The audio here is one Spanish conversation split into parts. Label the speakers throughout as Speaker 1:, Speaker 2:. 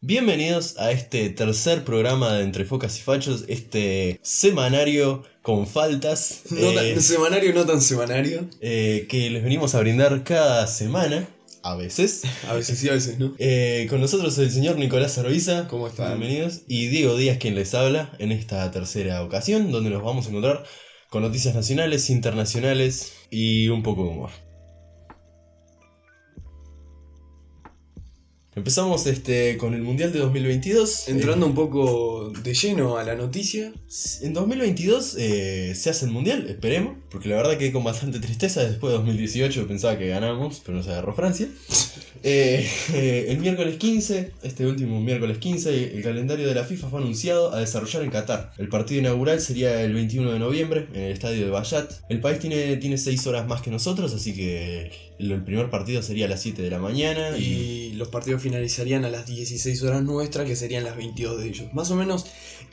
Speaker 1: Bienvenidos a este tercer programa de Entre Focas y Fachos, este semanario con faltas
Speaker 2: No tan-
Speaker 1: eh,
Speaker 2: semanario, no tan semanario.
Speaker 1: eh, que les venimos a brindar cada semana, a veces.
Speaker 2: A veces sí, a veces no. Mm.
Speaker 1: Eh, con nosotros el señor Nicolás Arbiza.
Speaker 2: ¿Cómo están?
Speaker 1: Bienvenidos. Y Diego Díaz, quien les habla en esta tercera ocasión, donde nos vamos a encontrar con noticias nacionales, internacionales y un poco de humor. Empezamos este, con el Mundial de 2022.
Speaker 2: Entrando un poco de lleno a la noticia.
Speaker 1: Eh, en 2022 eh, se hace el Mundial, esperemos, porque la verdad que con bastante tristeza después de 2018 pensaba que ganamos, pero nos agarró Francia. Eh, eh, el miércoles 15, este último miércoles 15, el calendario de la FIFA fue anunciado a desarrollar en Qatar. El partido inaugural sería el 21 de noviembre en el estadio de Bayat. El país tiene, tiene 6 horas más que nosotros, así que el, el primer partido sería a las 7 de la mañana. Y,
Speaker 2: Y los partidos finalizarían a las 16 horas nuestras, que serían las 22 de ellos. Más o menos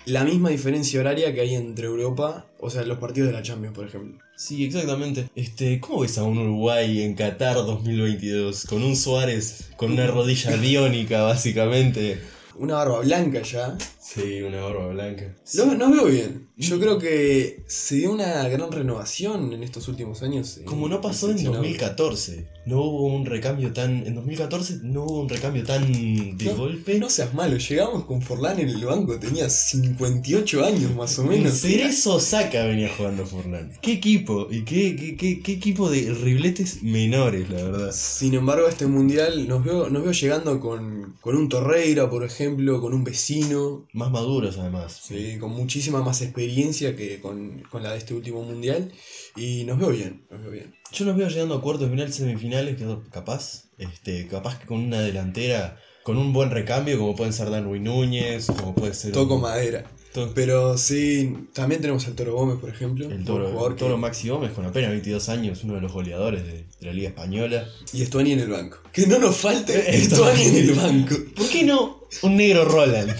Speaker 2: la misma diferencia horaria que hay entre Europa, o sea, los partidos de la Champions, por ejemplo.
Speaker 1: Sí, exactamente. Este, ¿Cómo ves a un Uruguay en Qatar 2022? Con un Suárez, con una rodilla biónica, básicamente.
Speaker 2: Una barba blanca ya.
Speaker 1: Sí, una barba blanca.
Speaker 2: No no veo bien.
Speaker 1: Mm.
Speaker 2: Yo creo que se dio una gran renovación en estos últimos años. eh,
Speaker 1: Como no pasó
Speaker 2: en
Speaker 1: en
Speaker 2: seleccionados.
Speaker 1: 2014, no hubo un recambio tan. En 2014 no hubo un recambio tan de
Speaker 2: No,
Speaker 1: golpe.
Speaker 2: No seas malo, llegamos con Forlán en el banco, tenía 58 años más o menos.
Speaker 1: Cerezo Saca venía jugando Fernán. ¿Qué equipo? ¿Y qué, qué, qué, qué equipo de ribletes menores, la verdad?
Speaker 2: Sin embargo, este mundial nos veo, nos veo llegando con, con un Torreira, por ejemplo, con un vecino,
Speaker 1: Más maduros, además.
Speaker 2: eh, con muchísima más experiencia que con, con la de este último mundial. Y nos veo bien, nos veo bien.
Speaker 1: Yo los veo llegando a cuartos de final, semifinales, que capaz, este, capaz que con una delantera, con un buen recambio, como pueden ser Dan Ruiz Núñez, como puede ser.
Speaker 2: Toco madera.
Speaker 1: To-
Speaker 2: Pero sí, también tenemos al Toro Gómez, por ejemplo.
Speaker 1: el
Speaker 2: un
Speaker 1: toro,
Speaker 2: jugador
Speaker 1: el toro
Speaker 2: que-
Speaker 1: Maxi Gómez, con apenas 22 años, uno de los goleadores de, de la Liga Española.
Speaker 2: Y Estuani en el banco. Que no nos falte
Speaker 1: Eh,
Speaker 2: Estuani en el banco.
Speaker 1: ¿Por qué no un negro Roland?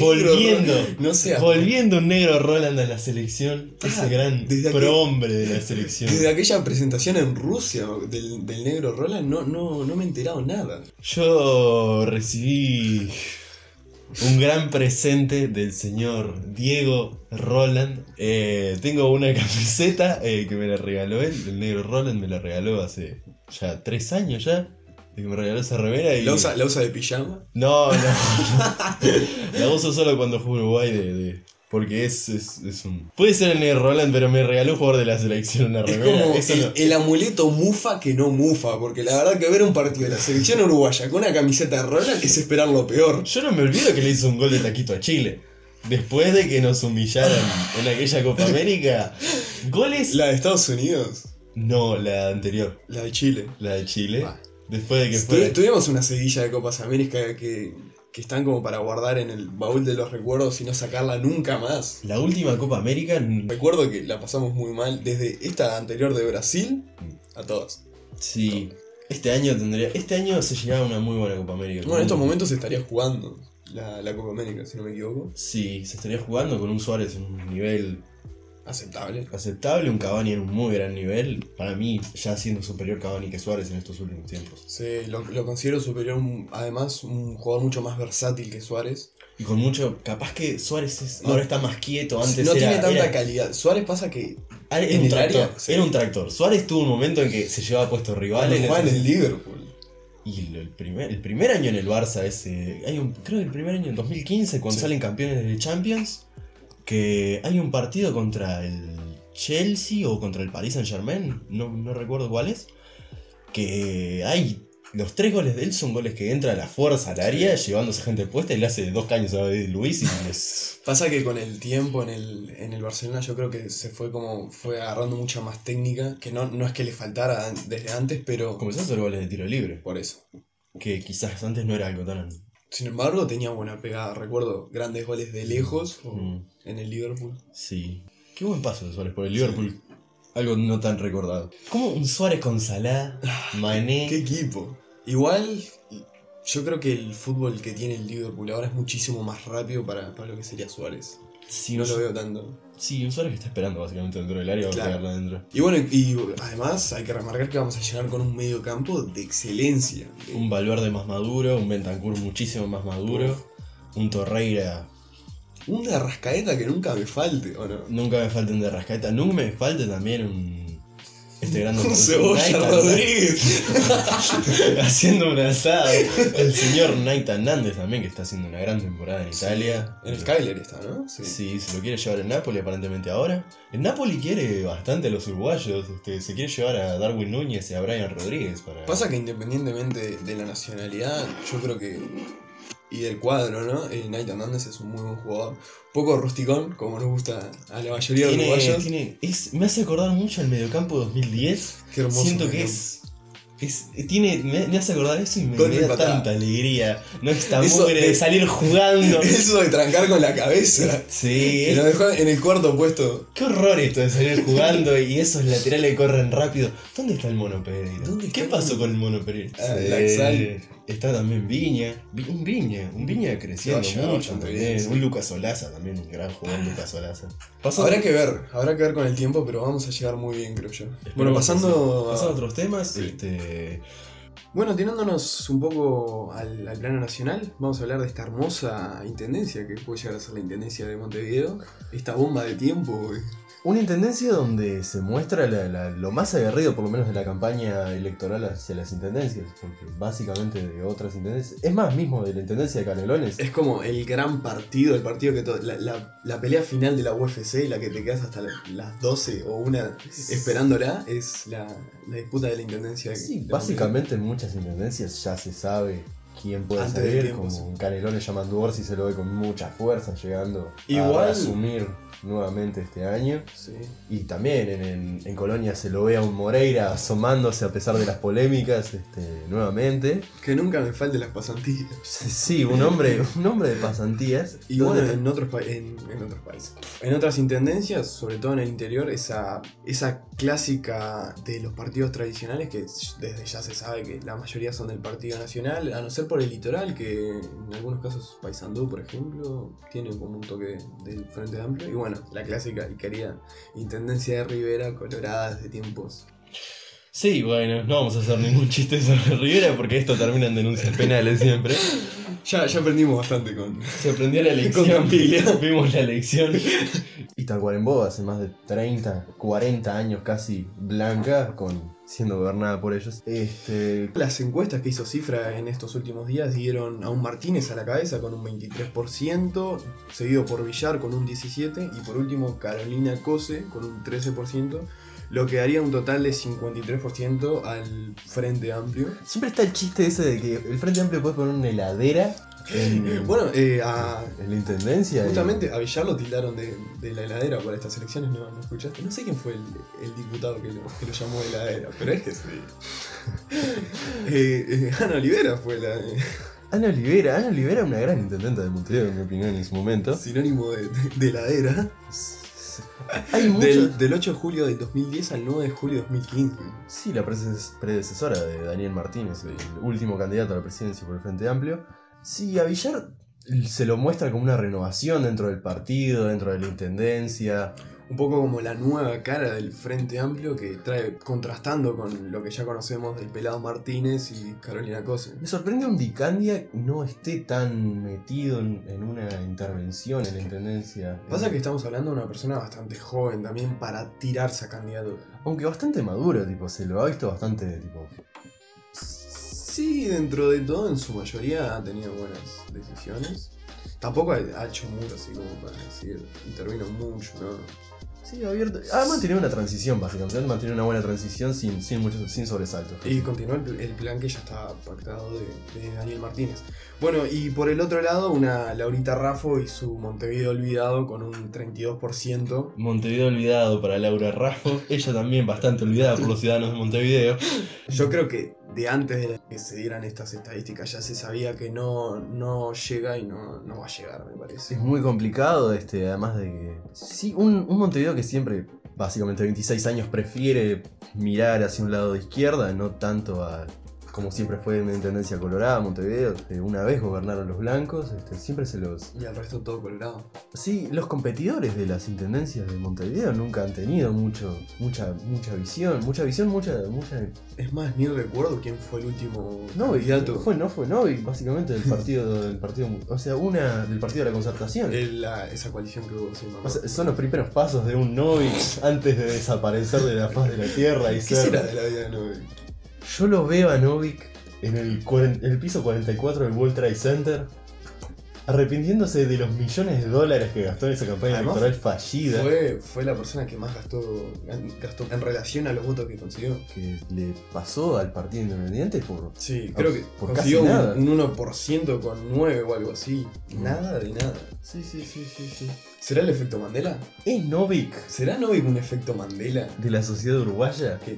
Speaker 1: volviendo,
Speaker 2: No sea.
Speaker 1: volviendo un negro Roland a la selección, ese gran
Speaker 2: desde aquel-
Speaker 1: prohombre de la selección.
Speaker 2: Desde aquella presentación en Rusia del, del negro Roland no, no, no me he enterado nada.
Speaker 1: Yo recibí un gran presente del señor Diego Roland. Eh, tengo una camiseta eh, que me la regaló él, el negro Roland me la regaló hace ya tres años ya. de que me regaló esa remera y...
Speaker 2: La usa, la usa de pijama.
Speaker 1: No, no. la uso solo cuando juego Uruguay de... de- Porque es, es, es un... Puede ser el negro Roland, pero me regaló un jugador de la selección una
Speaker 2: Es
Speaker 1: remera.
Speaker 2: como
Speaker 1: Eso
Speaker 2: el,
Speaker 1: no-
Speaker 2: el amuleto mufa que no mufa, porque la verdad que ver un partido de la selección uruguaya con una camiseta de Roland es esperar lo peor.
Speaker 1: Yo no me olvido que le hizo un gol de taquito a Chile. Después de que nos humillaron en aquella Copa América. Goles.
Speaker 2: La de Estados Unidos,
Speaker 1: No, la anterior.
Speaker 2: la de Chile.
Speaker 1: La de Chile.
Speaker 2: Ah.
Speaker 1: Después de ¿Eh? que
Speaker 2: Tu-
Speaker 1: fue.
Speaker 2: tuvimos una seguilla de Copas América que, que están como para guardar en el baúl de los recuerdos y no sacarla nunca más.
Speaker 1: La última Copa América. n-
Speaker 2: Recuerdo que la pasamos muy mal desde esta anterior de Brasil a todas.
Speaker 1: Sí. Este año tendría. Este año se llegaba a una muy buena Copa América.
Speaker 2: Bueno, en estos momentos se estaría jugando la, la Copa América, si no me equivoco.
Speaker 1: Sí, se estaría jugando con un Suárez en un nivel
Speaker 2: Aceptable.
Speaker 1: aceptable, un Cavani en un muy gran nivel. Para mí, ya siendo superior Cavani que Suárez en estos últimos tiempos.
Speaker 2: Sí, lo, lo considero superior, un- además, un jugador mucho más versátil que Suárez.
Speaker 1: Y con mucho. Capaz que Suárez es-
Speaker 2: No.
Speaker 1: ahora está más quieto. Antes
Speaker 2: no
Speaker 1: era-
Speaker 2: tiene tanta
Speaker 1: era-
Speaker 2: calidad. Suárez pasa que
Speaker 1: Ah, Era
Speaker 2: En
Speaker 1: un
Speaker 2: el
Speaker 1: tractor.
Speaker 2: área, sí.
Speaker 1: Era un tractor. Suárez tuvo un momento en que se llevaba puesto rival.
Speaker 2: cuando
Speaker 1: en el-
Speaker 2: juega en el Liverpool.
Speaker 1: Y lo- el primer, el primer año en el Barça ese. Hay un, creo que el primer año en 2015, cuando
Speaker 2: Sí.
Speaker 1: salen campeones de Champions, que hay un partido contra el Chelsea o contra el Paris Saint Germain, no, no recuerdo cuál es. Que hay. Los tres goles de él son goles que entra a la fuerza al área, llevándose gente puesta y le hace dos caños a David Luis y les.
Speaker 2: Pasa que con el tiempo en el, en el Barcelona yo creo que se fue como fue agarrando mucha más técnica, que no, no es que le faltara an- desde antes, pero
Speaker 1: Comenzó a hacer goles de tiro libre,
Speaker 2: por eso.
Speaker 1: que quizás antes no era algo tan.
Speaker 2: Sin embargo, tenía buena pegada. Recuerdo grandes goles de lejos o
Speaker 1: Mm.
Speaker 2: en el Liverpool.
Speaker 1: Sí. Qué buen paso de Suárez por el Liverpool. Algo no tan recordado. Como un Suárez con Salah, Mané.
Speaker 2: ¿Qué equipo? Igual, yo creo que el fútbol que tiene el Liverpool ahora es muchísimo más rápido para, para lo que sería Suárez.
Speaker 1: Sí,
Speaker 2: No
Speaker 1: un-
Speaker 2: lo veo tanto.
Speaker 1: Sí, un usuario que está esperando básicamente dentro del área va
Speaker 2: Claro.
Speaker 1: a pegarla adentro.
Speaker 2: Y bueno, y además hay que remarcar que vamos a llegar con un medio campo de excelencia.
Speaker 1: Un Valverde más maduro, un Bentancur muchísimo más maduro, un Torreira.
Speaker 2: Un de Arrascaeta que nunca me falte, ¿o no?
Speaker 1: Nunca me falten de rascaeta, nunca me falte también un. Este grande
Speaker 2: Un
Speaker 1: un
Speaker 2: Cebolla
Speaker 1: Nathan
Speaker 2: Rodríguez.
Speaker 1: haciendo un asado. El señor Nathan Nández también, que está haciendo una gran temporada en este Italia.
Speaker 2: En el Skyler está, ¿no? Sí.
Speaker 1: Sí, se lo quiere llevar en Napoli aparentemente ahora. El Napoli quiere bastante a los uruguayos. este, se quiere llevar a Darwin Núñez y a Brian Rodríguez para.
Speaker 2: Pasa que independientemente de la nacionalidad, yo creo que. Y del cuadro, ¿no? Eh, Nate Hernández es un muy buen jugador. Poco rusticón, como nos gusta a la mayoría de
Speaker 1: tiene,
Speaker 2: uruguayos.
Speaker 1: tiene- es, me hace acordar mucho al mediocampo 2010.
Speaker 2: Qué hermoso.
Speaker 1: Siento que
Speaker 2: medio.
Speaker 1: es. es eh, tiene, me, me hace acordar eso y me,
Speaker 2: Gol
Speaker 1: me da
Speaker 2: empatada.
Speaker 1: tanta alegría. No está
Speaker 2: Eso
Speaker 1: mugre
Speaker 2: de-
Speaker 1: de salir jugando.
Speaker 2: Eso de trancar con la cabeza.
Speaker 1: sí,
Speaker 2: Que
Speaker 1: es-
Speaker 2: nos dejó en el cuarto puesto.
Speaker 1: qué horror esto de salir jugando y esos laterales que corren rápido. ¿Dónde está el mono Pereira?
Speaker 2: ¿Dónde está
Speaker 1: ¿Qué
Speaker 2: el
Speaker 1: pasó
Speaker 2: Mono?
Speaker 1: con el mono Pereira? Eh,
Speaker 2: Ah, Laxal.
Speaker 1: Está también Viña. Vi- un Viña, un Viña creciendo
Speaker 2: Vaya,
Speaker 1: mucho
Speaker 2: bastante
Speaker 1: también.
Speaker 2: bien, sí. Ah.
Speaker 1: Un Lucas Olaza también, un gran jugador Lucas Olaza. Pasó-
Speaker 2: Habrá que ver, habrá que ver con el tiempo, pero vamos a llegar muy bien, creo yo. Bueno,
Speaker 1: Esperemos
Speaker 2: pasando.
Speaker 1: que sí.
Speaker 2: a-
Speaker 1: Pasando a otros temas,
Speaker 2: Sí.
Speaker 1: este,
Speaker 2: Bueno, tirándonos un poco al, al plano nacional, vamos a hablar de esta hermosa intendencia que puede llegar a ser la intendencia de Montevideo. Esta bomba de tiempo, güey.
Speaker 1: una intendencia donde se muestra la- la- lo más aguerrido, por lo menos, de la campaña electoral hacia las intendencias, porque básicamente de otras intendencias, es más, mismo de la intendencia de Canelones,
Speaker 2: Es como el gran partido, el partido que. to- La, la- la pelea final de la UFC, la que te quedas hasta la- las 12 o una esperándola, es la, la disputa de la intendencia. de-
Speaker 1: Sí,
Speaker 2: de
Speaker 1: básicamente en muchas intendencias ya se sabe quién puede
Speaker 2: Antes del
Speaker 1: salir,
Speaker 2: tiempo,
Speaker 1: como
Speaker 2: sí.
Speaker 1: un Canelón le llaman Duorsi, se lo ve con mucha fuerza llegando
Speaker 2: Igual-
Speaker 1: a asumir nuevamente este año.
Speaker 2: Montevideo. Sí.
Speaker 1: Y también en, en- en Colonia se lo ve a un Moreira asomándose a pesar de las polémicas este, nuevamente.
Speaker 2: Que nunca me falten las pasantías.
Speaker 1: Sí, un hombre, un hombre de pasantías.
Speaker 2: Y
Speaker 1: donde
Speaker 2: bueno, en otros, pa- en, en otros países. En otras intendencias, sobre todo en el interior, esa, esa clásica de los partidos tradicionales, que s- desde ya se sabe que la mayoría son del Partido Nacional, a no ser por el litoral, que en algunos casos Paysandú, por ejemplo, tiene como un toque del Frente Amplio. Y bueno, la clásica y querida intendencia de Rivera, colorada desde tiempos.
Speaker 1: Sí, bueno, no vamos a hacer ningún chiste sobre Rivera porque esto termina en denuncias penales siempre.
Speaker 2: Ya, ya aprendimos bastante con.
Speaker 1: Se aprendió la elección.
Speaker 2: Con Campiglia.
Speaker 1: Vimos la elección. Y Tacuarembó hace más de 30, 40 años casi blanca, con siendo gobernada por ellos. Este.
Speaker 2: Las encuestas que hizo Cifra en estos últimos días dieron a un Martínez a la cabeza con un 23%, seguido por Villar con un 17% y por último Carolina Cose con un 13%, lo que daría un total de 53% al Frente Amplio.
Speaker 1: Siempre está el chiste ese de que el Frente Amplio puede poner una heladera en,
Speaker 2: Bueno, eh, a-
Speaker 1: en la intendencia. y-
Speaker 2: justamente a Villar lo tildaron de, de la heladera para estas elecciones, ¿no, ¿No escuchaste? No sé quién fue el, el diputado que lo, que lo llamó heladera, pero es que sí. Eh, eh, Ana Olivera fue la... eh,
Speaker 1: Ana Olivera, Ana Olivera una gran intendente de Montevideo, en mi opinión, en su momento.
Speaker 2: sinónimo de, de- de heladera.
Speaker 1: Hay muchos.
Speaker 2: Del, del 8 de julio del 2010 al 9 de julio de 2015.
Speaker 1: Sí, la preces- predecesora de Daniel Martínez, el último candidato a la presidencia por el Frente Amplio. Sí, a Villar se lo muestra como una renovación dentro del partido, dentro de la intendencia.
Speaker 2: Un poco como la nueva cara del Frente Amplio que trae contrastando con lo que ya conocemos del Pelado Martínez y Carolina Cose.
Speaker 1: Me sorprende un Dicandia que no esté tan metido en, en una intervención en la intendencia.
Speaker 2: Pasa que estamos hablando de una persona bastante joven también para tirarse a candidato.
Speaker 1: Aunque bastante maduro, tipo, se lo ha visto bastante, tipo.
Speaker 2: Sí, dentro de todo, en su mayoría ha tenido buenas decisiones. Tampoco ha ha hecho mucho así como para decir, intervino mucho, ¿no?
Speaker 1: Sí, abierto. Ha mantenido una transición, básicamente. Ha mantenido una buena transición sin, sin, muchos- sin sobresaltos.
Speaker 2: Y continuó el, pl- el plan que ya estaba pactado de, de Daniel Martínez. Bueno, y por el otro lado, una Laurita Raffo y su Montevideo olvidado con un 32%.
Speaker 1: Montevideo olvidado para Laura Raffo, ella también bastante olvidada por los ciudadanos de Montevideo.
Speaker 2: Yo creo que de antes de que se dieran estas estadísticas ya se sabía que no, no llega y no, no va a llegar, me parece.
Speaker 1: Es muy complicado, este, además de que. Sí, un, un Montevideo que siempre, básicamente 26 años, prefiere mirar hacia un lado de izquierda, no tanto a, como siempre fue en Intendencia Colorada, Montevideo, este, una vez gobernaron los blancos, este, siempre se los...
Speaker 2: Y al resto todo colorado.
Speaker 1: Sí, los competidores de las intendencias de Montevideo nunca han tenido mucho, mucha, mucha visión, mucha visión, mucha... mucha
Speaker 2: Es más, ni recuerdo quién fue el último
Speaker 1: no, y
Speaker 2: candidato.
Speaker 1: fue, no fue Novik, básicamente del partido, del partido, o sea, una del partido de la concertación.
Speaker 2: El- la- esa coalición que hubo. sí, me
Speaker 1: O
Speaker 2: acuerdo.
Speaker 1: sea, son los primeros pasos de un Novik antes de desaparecer de la faz de la Tierra y
Speaker 2: ¿Qué
Speaker 1: ser...
Speaker 2: será de la vida de Nobel?
Speaker 1: Yo lo veo a Novik en el, cuaren- en el piso 44 del World Trade Center, arrepintiéndose de los millones de dólares que gastó en esa campaña
Speaker 2: Además,
Speaker 1: electoral fallida.
Speaker 2: Fue, fue la persona que más gastó, gastó en relación a los votos que consiguió.
Speaker 1: Que le pasó al Partido Independiente por.
Speaker 2: Sí,
Speaker 1: Ah,
Speaker 2: creo que
Speaker 1: por casi
Speaker 2: consiguió un,
Speaker 1: nada.
Speaker 2: un 1% con 9 o algo así.
Speaker 1: Mm.
Speaker 2: Nada de nada.
Speaker 1: Sí, sí, sí, sí, sí.
Speaker 2: ¿Será el efecto Mandela?
Speaker 1: ¿Es Novik
Speaker 2: ¿Será Novik un efecto Mandela?
Speaker 1: de la sociedad uruguaya?
Speaker 2: Que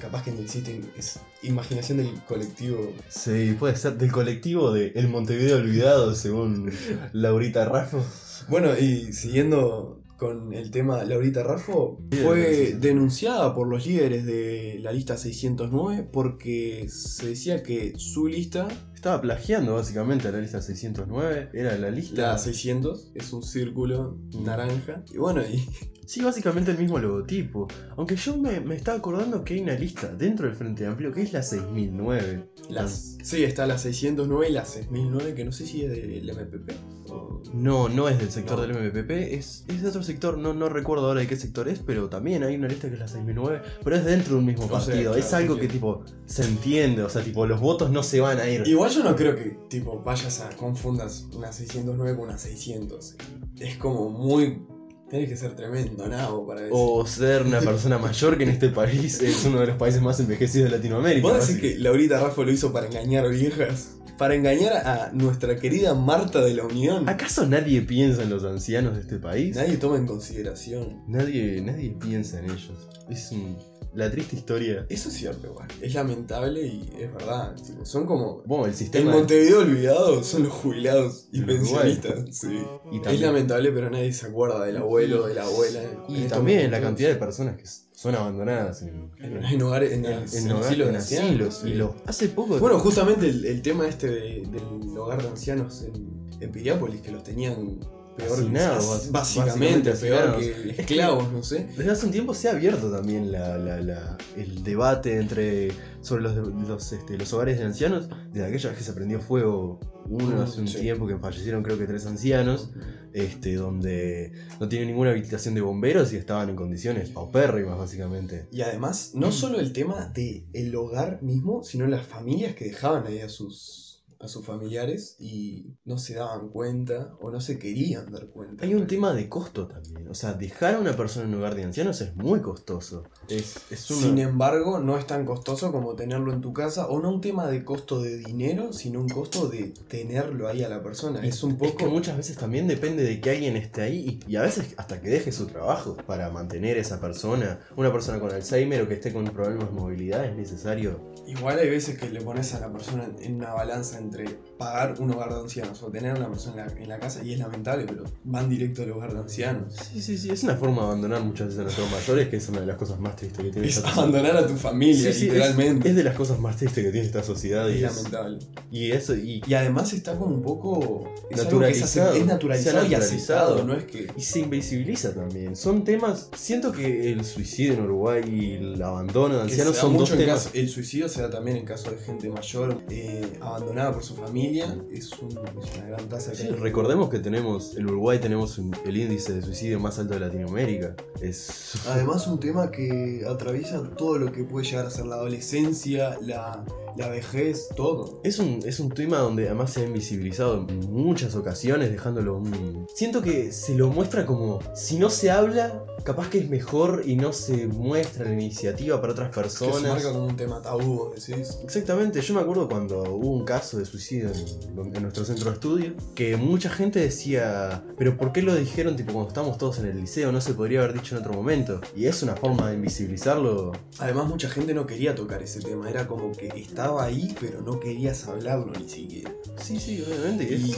Speaker 2: capaz que no existe, es imaginación del colectivo.
Speaker 1: Sí, puede ser del colectivo de El Montevideo Olvidado, según Laurita Raffo.
Speaker 2: Bueno, y siguiendo con el tema, Laurita Raffo
Speaker 1: Sí, sí, sí.
Speaker 2: fue denunciada por los líderes de la lista 609 porque se decía que su lista
Speaker 1: Estaba plagiando básicamente a la lista 609. Era la lista.
Speaker 2: La 600 es un círculo
Speaker 1: Mm.
Speaker 2: naranja. Y bueno, y
Speaker 1: Sí, básicamente el mismo logotipo. Aunque yo me, me estaba acordando que hay una lista dentro del Frente Amplio que es la 6009.
Speaker 2: las, sí, está la 609 y la 6009, que no sé si es del MPP. o-
Speaker 1: No, no es del sector
Speaker 2: No.
Speaker 1: del MPP, es, es de otro sector, no, no recuerdo ahora de qué sector es, pero también hay una lista que es la 6009, pero es dentro de un mismo
Speaker 2: O sea,
Speaker 1: partido, es
Speaker 2: claro,
Speaker 1: algo
Speaker 2: sí
Speaker 1: que
Speaker 2: que-
Speaker 1: tipo se entiende, o sea, tipo los votos no se van a ir.
Speaker 2: Igual yo no creo que tipo vayas a confundas una 609 con una 600. Es como muy... Tienes que ser tremendo, nabo, para decir...
Speaker 1: O ser una persona mayor que en este país es uno de los países más envejecidos de Latinoamérica.
Speaker 2: ¿Vos decís
Speaker 1: básicamente.
Speaker 2: que Laurita Raffo lo hizo para engañar viejas? Para engañar a nuestra querida Marta de la Unión.
Speaker 1: ¿Acaso nadie piensa en los ancianos de este país?
Speaker 2: Nadie toma en consideración.
Speaker 1: Nadie, nadie piensa en ellos. Es un- la triste historia.
Speaker 2: Eso es cierto, igual. Es lamentable y es verdad. tipo, son como
Speaker 1: Bueno, el
Speaker 2: En
Speaker 1: sistema.
Speaker 2: Montevideo olvidado son los jubilados y
Speaker 1: En Uruguay.
Speaker 2: pensionistas. Sí.
Speaker 1: y
Speaker 2: Es
Speaker 1: también,
Speaker 2: lamentable, pero nadie se acuerda del abuelo, de la abuela.
Speaker 1: y
Speaker 2: En estos
Speaker 1: también la
Speaker 2: momentos,
Speaker 1: cantidad de personas que s- son abandonadas en,
Speaker 2: En, en hogares, en,
Speaker 1: en-
Speaker 2: as-
Speaker 1: en
Speaker 2: en
Speaker 1: hogar-
Speaker 2: asilos
Speaker 1: en
Speaker 2: de ancianos.
Speaker 1: asilos,
Speaker 2: sí.
Speaker 1: y lo- hace poco.
Speaker 2: Bueno, justamente el, el tema este de- del hogar de ancianos en, en Piriápolis, que los tenían peor
Speaker 1: Hacinados,
Speaker 2: bas-
Speaker 1: básicamente
Speaker 2: básicamente, peor
Speaker 1: hacinados.
Speaker 2: que esclavos, no sé.
Speaker 1: desde hace un tiempo se ha abierto también la- la- la- el debate entre sobre los, de- los, este, los hogares de ancianos, desde aquella vez que se prendió fuego uno
Speaker 2: Mm,
Speaker 1: hace un
Speaker 2: sí.
Speaker 1: tiempo que fallecieron creo que tres ancianos, este, donde no tienen ninguna habilitación de bomberos y estaban en condiciones paupérrimas básicamente.
Speaker 2: Y además, no
Speaker 1: Mm.
Speaker 2: solo el tema del el hogar mismo, sino las familias que dejaban ahí a sus, a sus familiares y no se daban cuenta o no se querían dar cuenta.
Speaker 1: Hay un tema de costo también, o sea, dejar a una persona en un hogar de ancianos es muy costoso. Es, es una-
Speaker 2: Sin embargo, no es tan costoso como tenerlo en tu casa, o no un tema de costo de dinero, sino un costo de tenerlo ahí a la persona.
Speaker 1: Y
Speaker 2: Es un
Speaker 1: Es que
Speaker 2: poco.
Speaker 1: muchas veces también depende de que alguien esté ahí y, y a veces hasta que deje su trabajo para mantener esa persona. Una persona con Alzheimer o que esté con problemas de movilidad es necesario.
Speaker 2: Igual hay veces que le pones a la persona en una balanza entre pagar un hogar de ancianos o tener a una persona en la, en la casa, y es lamentable, pero van directo al hogar de ancianos.
Speaker 1: Sí, sí, sí, es una forma de abandonar muchas veces a nuestros mayores que es una de las cosas más tristes que tiene
Speaker 2: Es
Speaker 1: esta sociedad.
Speaker 2: abandonar a tu familia,
Speaker 1: Sí, sí, es-
Speaker 2: literalmente.
Speaker 1: Es, de las cosas más tristes que tiene esta sociedad
Speaker 2: Es
Speaker 1: y, es-
Speaker 2: lamentable.
Speaker 1: y eso y,
Speaker 2: Y además está como un poco. Es algo que es,
Speaker 1: Naturalizado.
Speaker 2: ace- es naturalizado y
Speaker 1: Se ha naturalizado.
Speaker 2: aceptado, no es que.
Speaker 1: y se invisibiliza también. Son temas, siento que el suicidio en Uruguay y el abandono de
Speaker 2: que
Speaker 1: ancianos
Speaker 2: se da
Speaker 1: son dos
Speaker 2: mucho en
Speaker 1: temas
Speaker 2: caso- el suicidio se da también en caso de gente mayor eh, abandonada por su familia. Es, un- es una gran tasa que
Speaker 1: Sí,
Speaker 2: hay.
Speaker 1: recordemos que tenemos, en Uruguay tenemos un- el índice de suicidio más alto de Latinoamérica. Es...
Speaker 2: Además, un tema que atraviesa todo lo que puede llegar a ser la adolescencia, la, la vejez, todo.
Speaker 1: Es un, es un tema donde además se ha invisibilizado en muchas ocasiones, dejándolo un... Siento que se lo muestra como, si no se habla, capaz que es mejor y no se muestra la iniciativa para otras
Speaker 2: Que se marca
Speaker 1: personas.
Speaker 2: como un tema tabú, vos decís.
Speaker 1: Exactamente, yo me acuerdo cuando hubo un caso de suicidio en, en nuestro centro de estudio, que mucha gente decía, pero ¿por qué lo dijeron tipo cuando estábamos todos en el liceo? No se podría haber dicho en otro momento. Y es una forma de invisibilizarlo
Speaker 2: Además, mucha gente no quería tocar ese tema. Era como que estaba ahí, pero no querías hablarlo ni siquiera.
Speaker 1: Sí, sí, obviamente.
Speaker 2: Y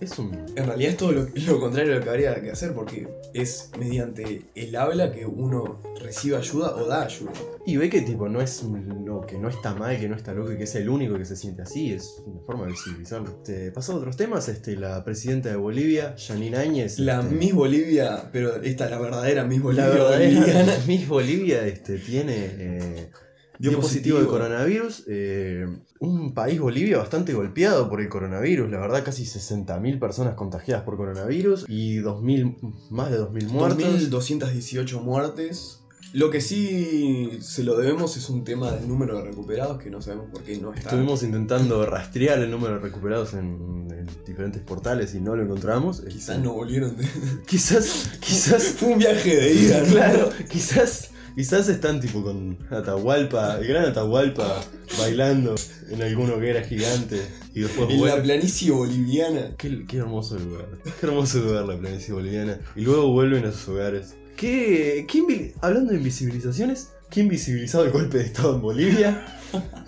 Speaker 1: Es un.
Speaker 2: En realidad es todo lo, lo contrario de lo que habría que hacer porque es mediante el habla que uno recibe ayuda o da ayuda.
Speaker 1: Y ve que tipo no es un- no, que no está mal, que no está loco, y que es el único que se siente así, es una forma de visibilizarlo. Este, pasando a otros temas, este, la presidenta de Bolivia, Janine Áñez.
Speaker 2: La
Speaker 1: este,
Speaker 2: Miss Bolivia, pero esta es la verdadera Miss Bolivia.
Speaker 1: la verdadera
Speaker 2: boliviana.
Speaker 1: Miss Bolivia este, tiene. eh, dio, positivo de coronavirus. eh, un país, Bolivia, bastante golpeado por el coronavirus. La verdad, casi 60.000 personas contagiadas por coronavirus y 2.000, más de 2.000 muertos.
Speaker 2: 2.218 muertes. Lo que sí se lo debemos es un tema del número de recuperados que no sabemos por qué no está.
Speaker 1: Estuvimos intentando rastrear el número de recuperados en, en diferentes portales y no lo encontramos.
Speaker 2: Quizás no volvieron. de-
Speaker 1: Quizás, quizás,
Speaker 2: Fue un viaje de ida, ¿no?
Speaker 1: claro, quizás, quizás están tipo con Atahualpa, el gran Atahualpa, bailando en alguna hoguera gigante y después
Speaker 2: En la
Speaker 1: vuelven.
Speaker 2: planicie boliviana.
Speaker 1: Qué, qué hermoso lugar, qué hermoso lugar la planicie boliviana. Y luego vuelven a sus hogares. ¿Qué, qué invi- hablando de invisibilizaciones, ¿qué invisibilizado el golpe de estado en Bolivia?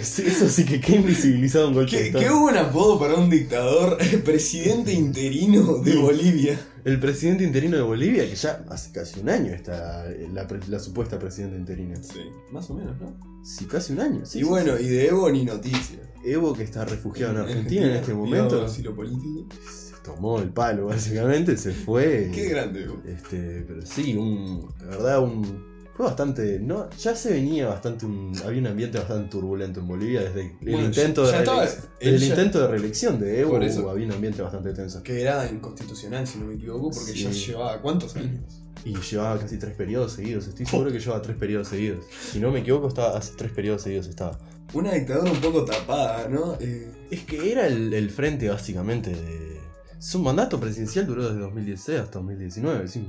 Speaker 1: Sí, Eso sí que qué invisibilizado un golpe de
Speaker 2: Qué,
Speaker 1: estado.
Speaker 2: qué buen apodo para un dictador, el presidente interino de Bolivia.
Speaker 1: El presidente interino de Bolivia, que ya hace casi un año está la, pre- la supuesta presidenta interina.
Speaker 2: Sí, más o menos, ¿no?
Speaker 1: Sí, casi un año. Sí,
Speaker 2: y bueno, y de Evo ni noticias.
Speaker 1: Evo, que está refugiado en Argentina en este momento,
Speaker 2: asilo político.
Speaker 1: se tomó el palo, básicamente, se fue.
Speaker 2: Qué grande, Evo.
Speaker 1: Este, pero sí, un. La verdad, un. Fue bastante. No, ya se venía bastante un. Había un ambiente bastante turbulento en Bolivia desde el
Speaker 2: Bueno,
Speaker 1: intento
Speaker 2: ya-
Speaker 1: de
Speaker 2: ya estaba-
Speaker 1: reelección.
Speaker 2: él
Speaker 1: El
Speaker 2: ya-
Speaker 1: intento de reelección de Evo
Speaker 2: Por eso.
Speaker 1: había un ambiente bastante tenso.
Speaker 2: Que era inconstitucional, si no me equivoco, porque ya
Speaker 1: Sí.
Speaker 2: llevaba cuántos años.
Speaker 1: Y llevaba casi tres periodos seguidos. Estoy seguro que llevaba tres periodos seguidos. Si no me equivoco, estaba hace tres periodos seguidos estaba.
Speaker 2: Una dictadura un poco tapada, ¿no? Eh,
Speaker 1: Es que era el, el frente básicamente de... Su mandato presidencial duró desde 2016 hasta 2019. sí.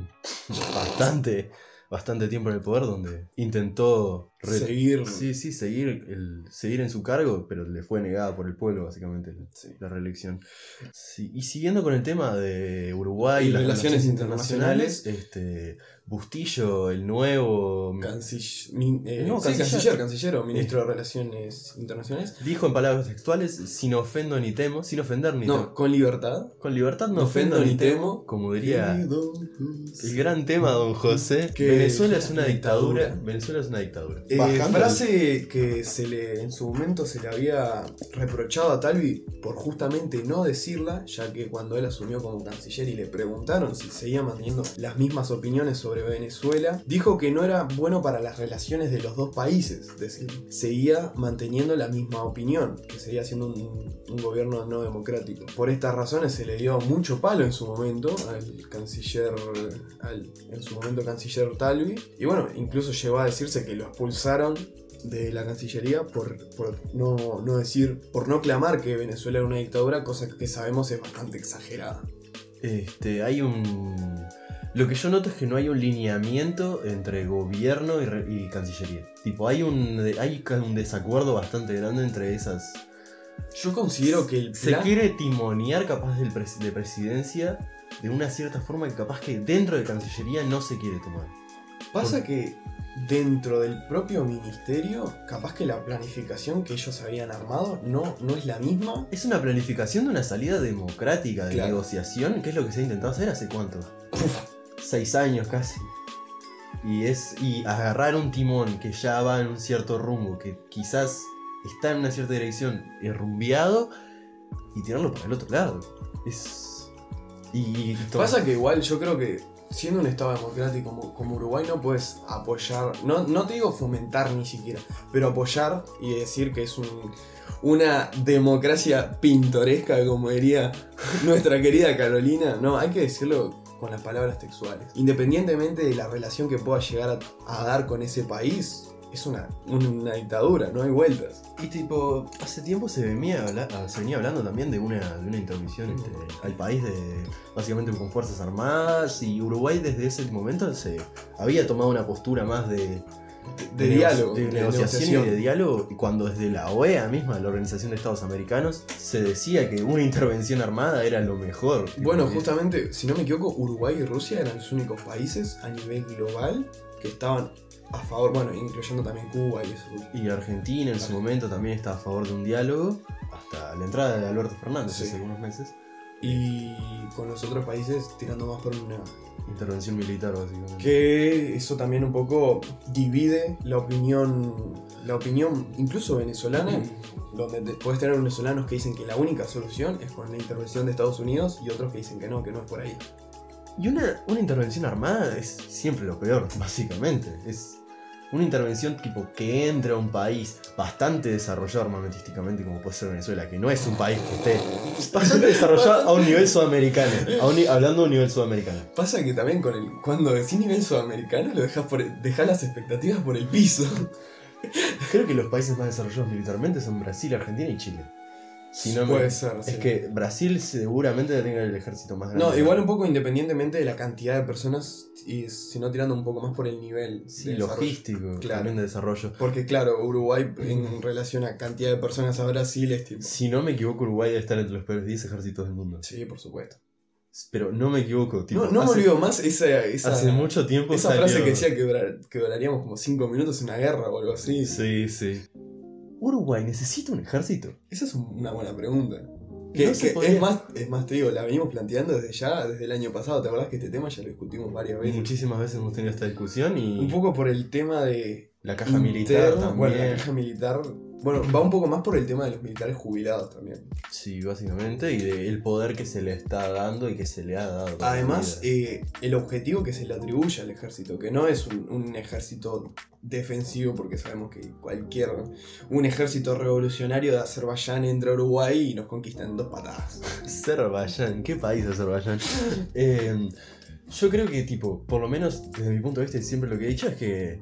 Speaker 1: bastante, bastante tiempo en el poder donde intentó... re-
Speaker 2: seguir.
Speaker 1: Sí, sí, seguir, el, seguir en su cargo, pero le fue negada por el pueblo básicamente la,
Speaker 2: Sí.
Speaker 1: la reelección. Sí, y siguiendo con el tema de Uruguay
Speaker 2: Y
Speaker 1: y las
Speaker 2: relaciones
Speaker 1: relaciones internacionales, este, Bustillo, el nuevo...
Speaker 2: Canciller, min- eh,
Speaker 1: No,
Speaker 2: sí, canciller.
Speaker 1: canciller.
Speaker 2: canciller o ministro de Relaciones Internacionales.
Speaker 1: Dijo en palabras textuales, sin ofendo ni temo, sin ofender ni temo.
Speaker 2: No, con libertad.
Speaker 1: Con libertad no,
Speaker 2: No
Speaker 1: ofendo, ni temo, como diría
Speaker 2: Querido
Speaker 1: el gran tema don José.
Speaker 2: Que-
Speaker 1: Venezuela es una
Speaker 2: dictadura.
Speaker 1: dictadura. Venezuela es una dictadura.
Speaker 2: Eh,
Speaker 1: Bajando-
Speaker 2: frase que se le, en su momento se le había reprochado a Talvi por justamente no decirla, ya que cuando él asumió como canciller y le preguntaron si seguía manteniendo las mismas opiniones sobre Venezuela, dijo que no era bueno para las relaciones de los dos países, es decir, seguía manteniendo la misma opinión, que seguía siendo un, un gobierno no democrático. Por estas razones se le dio mucho palo en su momento al canciller, al, en su momento canciller Talvi, y bueno, incluso llegó a decirse que lo expulsaron de la Cancillería por, por no, no decir, por no clamar que Venezuela era una dictadura, cosa que sabemos es bastante exagerada.
Speaker 1: Este, hay un. Lo que yo noto es que no hay un lineamiento entre gobierno y, re- y cancillería. Tipo, hay un, hay ca- un desacuerdo bastante grande entre esas.
Speaker 2: Yo considero que el
Speaker 1: Se
Speaker 2: plan...
Speaker 1: quiere timonear capaz del pres- de presidencia de una cierta forma que capaz que dentro de cancillería no se quiere tomar.
Speaker 2: Pasa que dentro del propio ministerio, capaz que la planificación que ellos habían armado no, no es la misma.
Speaker 1: Es una planificación de una salida democrática de
Speaker 2: Claro.
Speaker 1: negociación, que es lo que se ha intentado hacer hace cuánto? Seis años casi. Y es. Y agarrar un timón que ya va en un cierto rumbo, que quizás está en una cierta dirección, eh, rumbeado, y tirarlo para el otro lado. Es. Y. y to-
Speaker 2: Pasa que igual yo creo que siendo un Estado democrático como, como Uruguay no puedes apoyar, no, no te digo fomentar ni siquiera, pero apoyar y decir que es un- una democracia pintoresca, como diría nuestra querida Carolina. No, hay que decirlo con las palabras textuales. Independientemente de la relación que pueda llegar a, a dar con ese país, es una, una dictadura, no hay vueltas.
Speaker 1: Y tipo, hace tiempo se venía, habla- ah, se venía hablando también de una, de una intromisión entre, al país de básicamente con fuerzas armadas y Uruguay desde ese momento se había tomado una postura más de,
Speaker 2: De, de diálogo.
Speaker 1: de negociación, y de diálogo y cuando desde la OEA misma, la Organización de Estados Americanos, se decía que una intervención armada era lo mejor. Tipo,
Speaker 2: Bueno,
Speaker 1: que-
Speaker 2: justamente, si no me equivoco, Uruguay y Rusia eran los únicos países a nivel global que estaban a favor, bueno, incluyendo también Cuba y eso.
Speaker 1: Y Argentina en su momento también estaba a favor de un diálogo, hasta la entrada de Alberto Fernández
Speaker 2: Sí.
Speaker 1: hace algunos meses.
Speaker 2: y con los otros países tirando más por una.
Speaker 1: Intervención militar, básicamente.
Speaker 2: Que eso también un poco divide la opinión, la opinión incluso venezolana, donde te- puedes tener venezolanos que dicen que la única solución es con la intervención de Estados Unidos y otros que dicen que no, que no es por ahí.
Speaker 1: Y una, una intervención armada es siempre lo peor, básicamente. Es una intervención tipo que entre a un país bastante desarrollado armamentísticamente como puede ser Venezuela, que no es un país que esté bastante desarrollado a un nivel sudamericano. a un ni- hablando a un nivel sudamericano.
Speaker 2: Pasa que también con el, cuando decís nivel sudamericano, lo dejas por, dejás las expectativas por el piso.
Speaker 1: Creo que los países más desarrollados militarmente son Brasil, Argentina y Chile. Si no me-
Speaker 2: Puede ser.
Speaker 1: Es
Speaker 2: sí.
Speaker 1: que Brasil seguramente tenga el ejército más grande.
Speaker 2: No, igual un poco independientemente de la cantidad de personas, y sino tirando un poco más por el nivel.
Speaker 1: Sí,
Speaker 2: de desarrollo.
Speaker 1: logístico,
Speaker 2: Claro.
Speaker 1: también de desarrollo.
Speaker 2: Porque claro, Uruguay en relación a cantidad de personas a Brasil es tipo...
Speaker 1: Si no me equivoco, Uruguay debe estar entre los peores 10 ejércitos del mundo.
Speaker 2: Sí, por supuesto.
Speaker 1: Pero no me equivoco, tipo.
Speaker 2: no no me
Speaker 1: hace,
Speaker 2: olvido más esa, esa,
Speaker 1: hace mucho tiempo
Speaker 2: esa
Speaker 1: salió-
Speaker 2: frase que decía que, dura- que duraríamos como 5 minutos en una guerra o algo así.
Speaker 1: Sí, sí. Uruguay necesita un ejército.
Speaker 2: Esa es un- una buena pregunta. Que,
Speaker 1: No se
Speaker 2: que
Speaker 1: podía-
Speaker 2: es, más, es más, te digo, la venimos planteando desde ya, desde el año pasado. ¿Te acordás que este tema ya lo discutimos varias veces?
Speaker 1: Muchísimas veces hemos tenido esta discusión y.
Speaker 2: Un poco por el tema de
Speaker 1: La caja
Speaker 2: interno,
Speaker 1: militar también.
Speaker 2: Bueno, la caja militar. Bueno, va un poco más por el tema de los militares jubilados también.
Speaker 1: Sí, básicamente, y del poder que se le está dando y que se le ha dado.
Speaker 2: Además,
Speaker 1: Mira.
Speaker 2: eh, el objetivo que se le atribuye al ejército, que no es un, un ejército defensivo, porque sabemos que cualquier. un ejército revolucionario de Azerbaiyán entra a Uruguay y nos conquistan en dos patadas.
Speaker 1: Azerbaiyán, ¿qué país Azerbaiyán? Eh, yo creo que, tipo, por lo menos desde mi punto de vista, y siempre lo que he dicho es que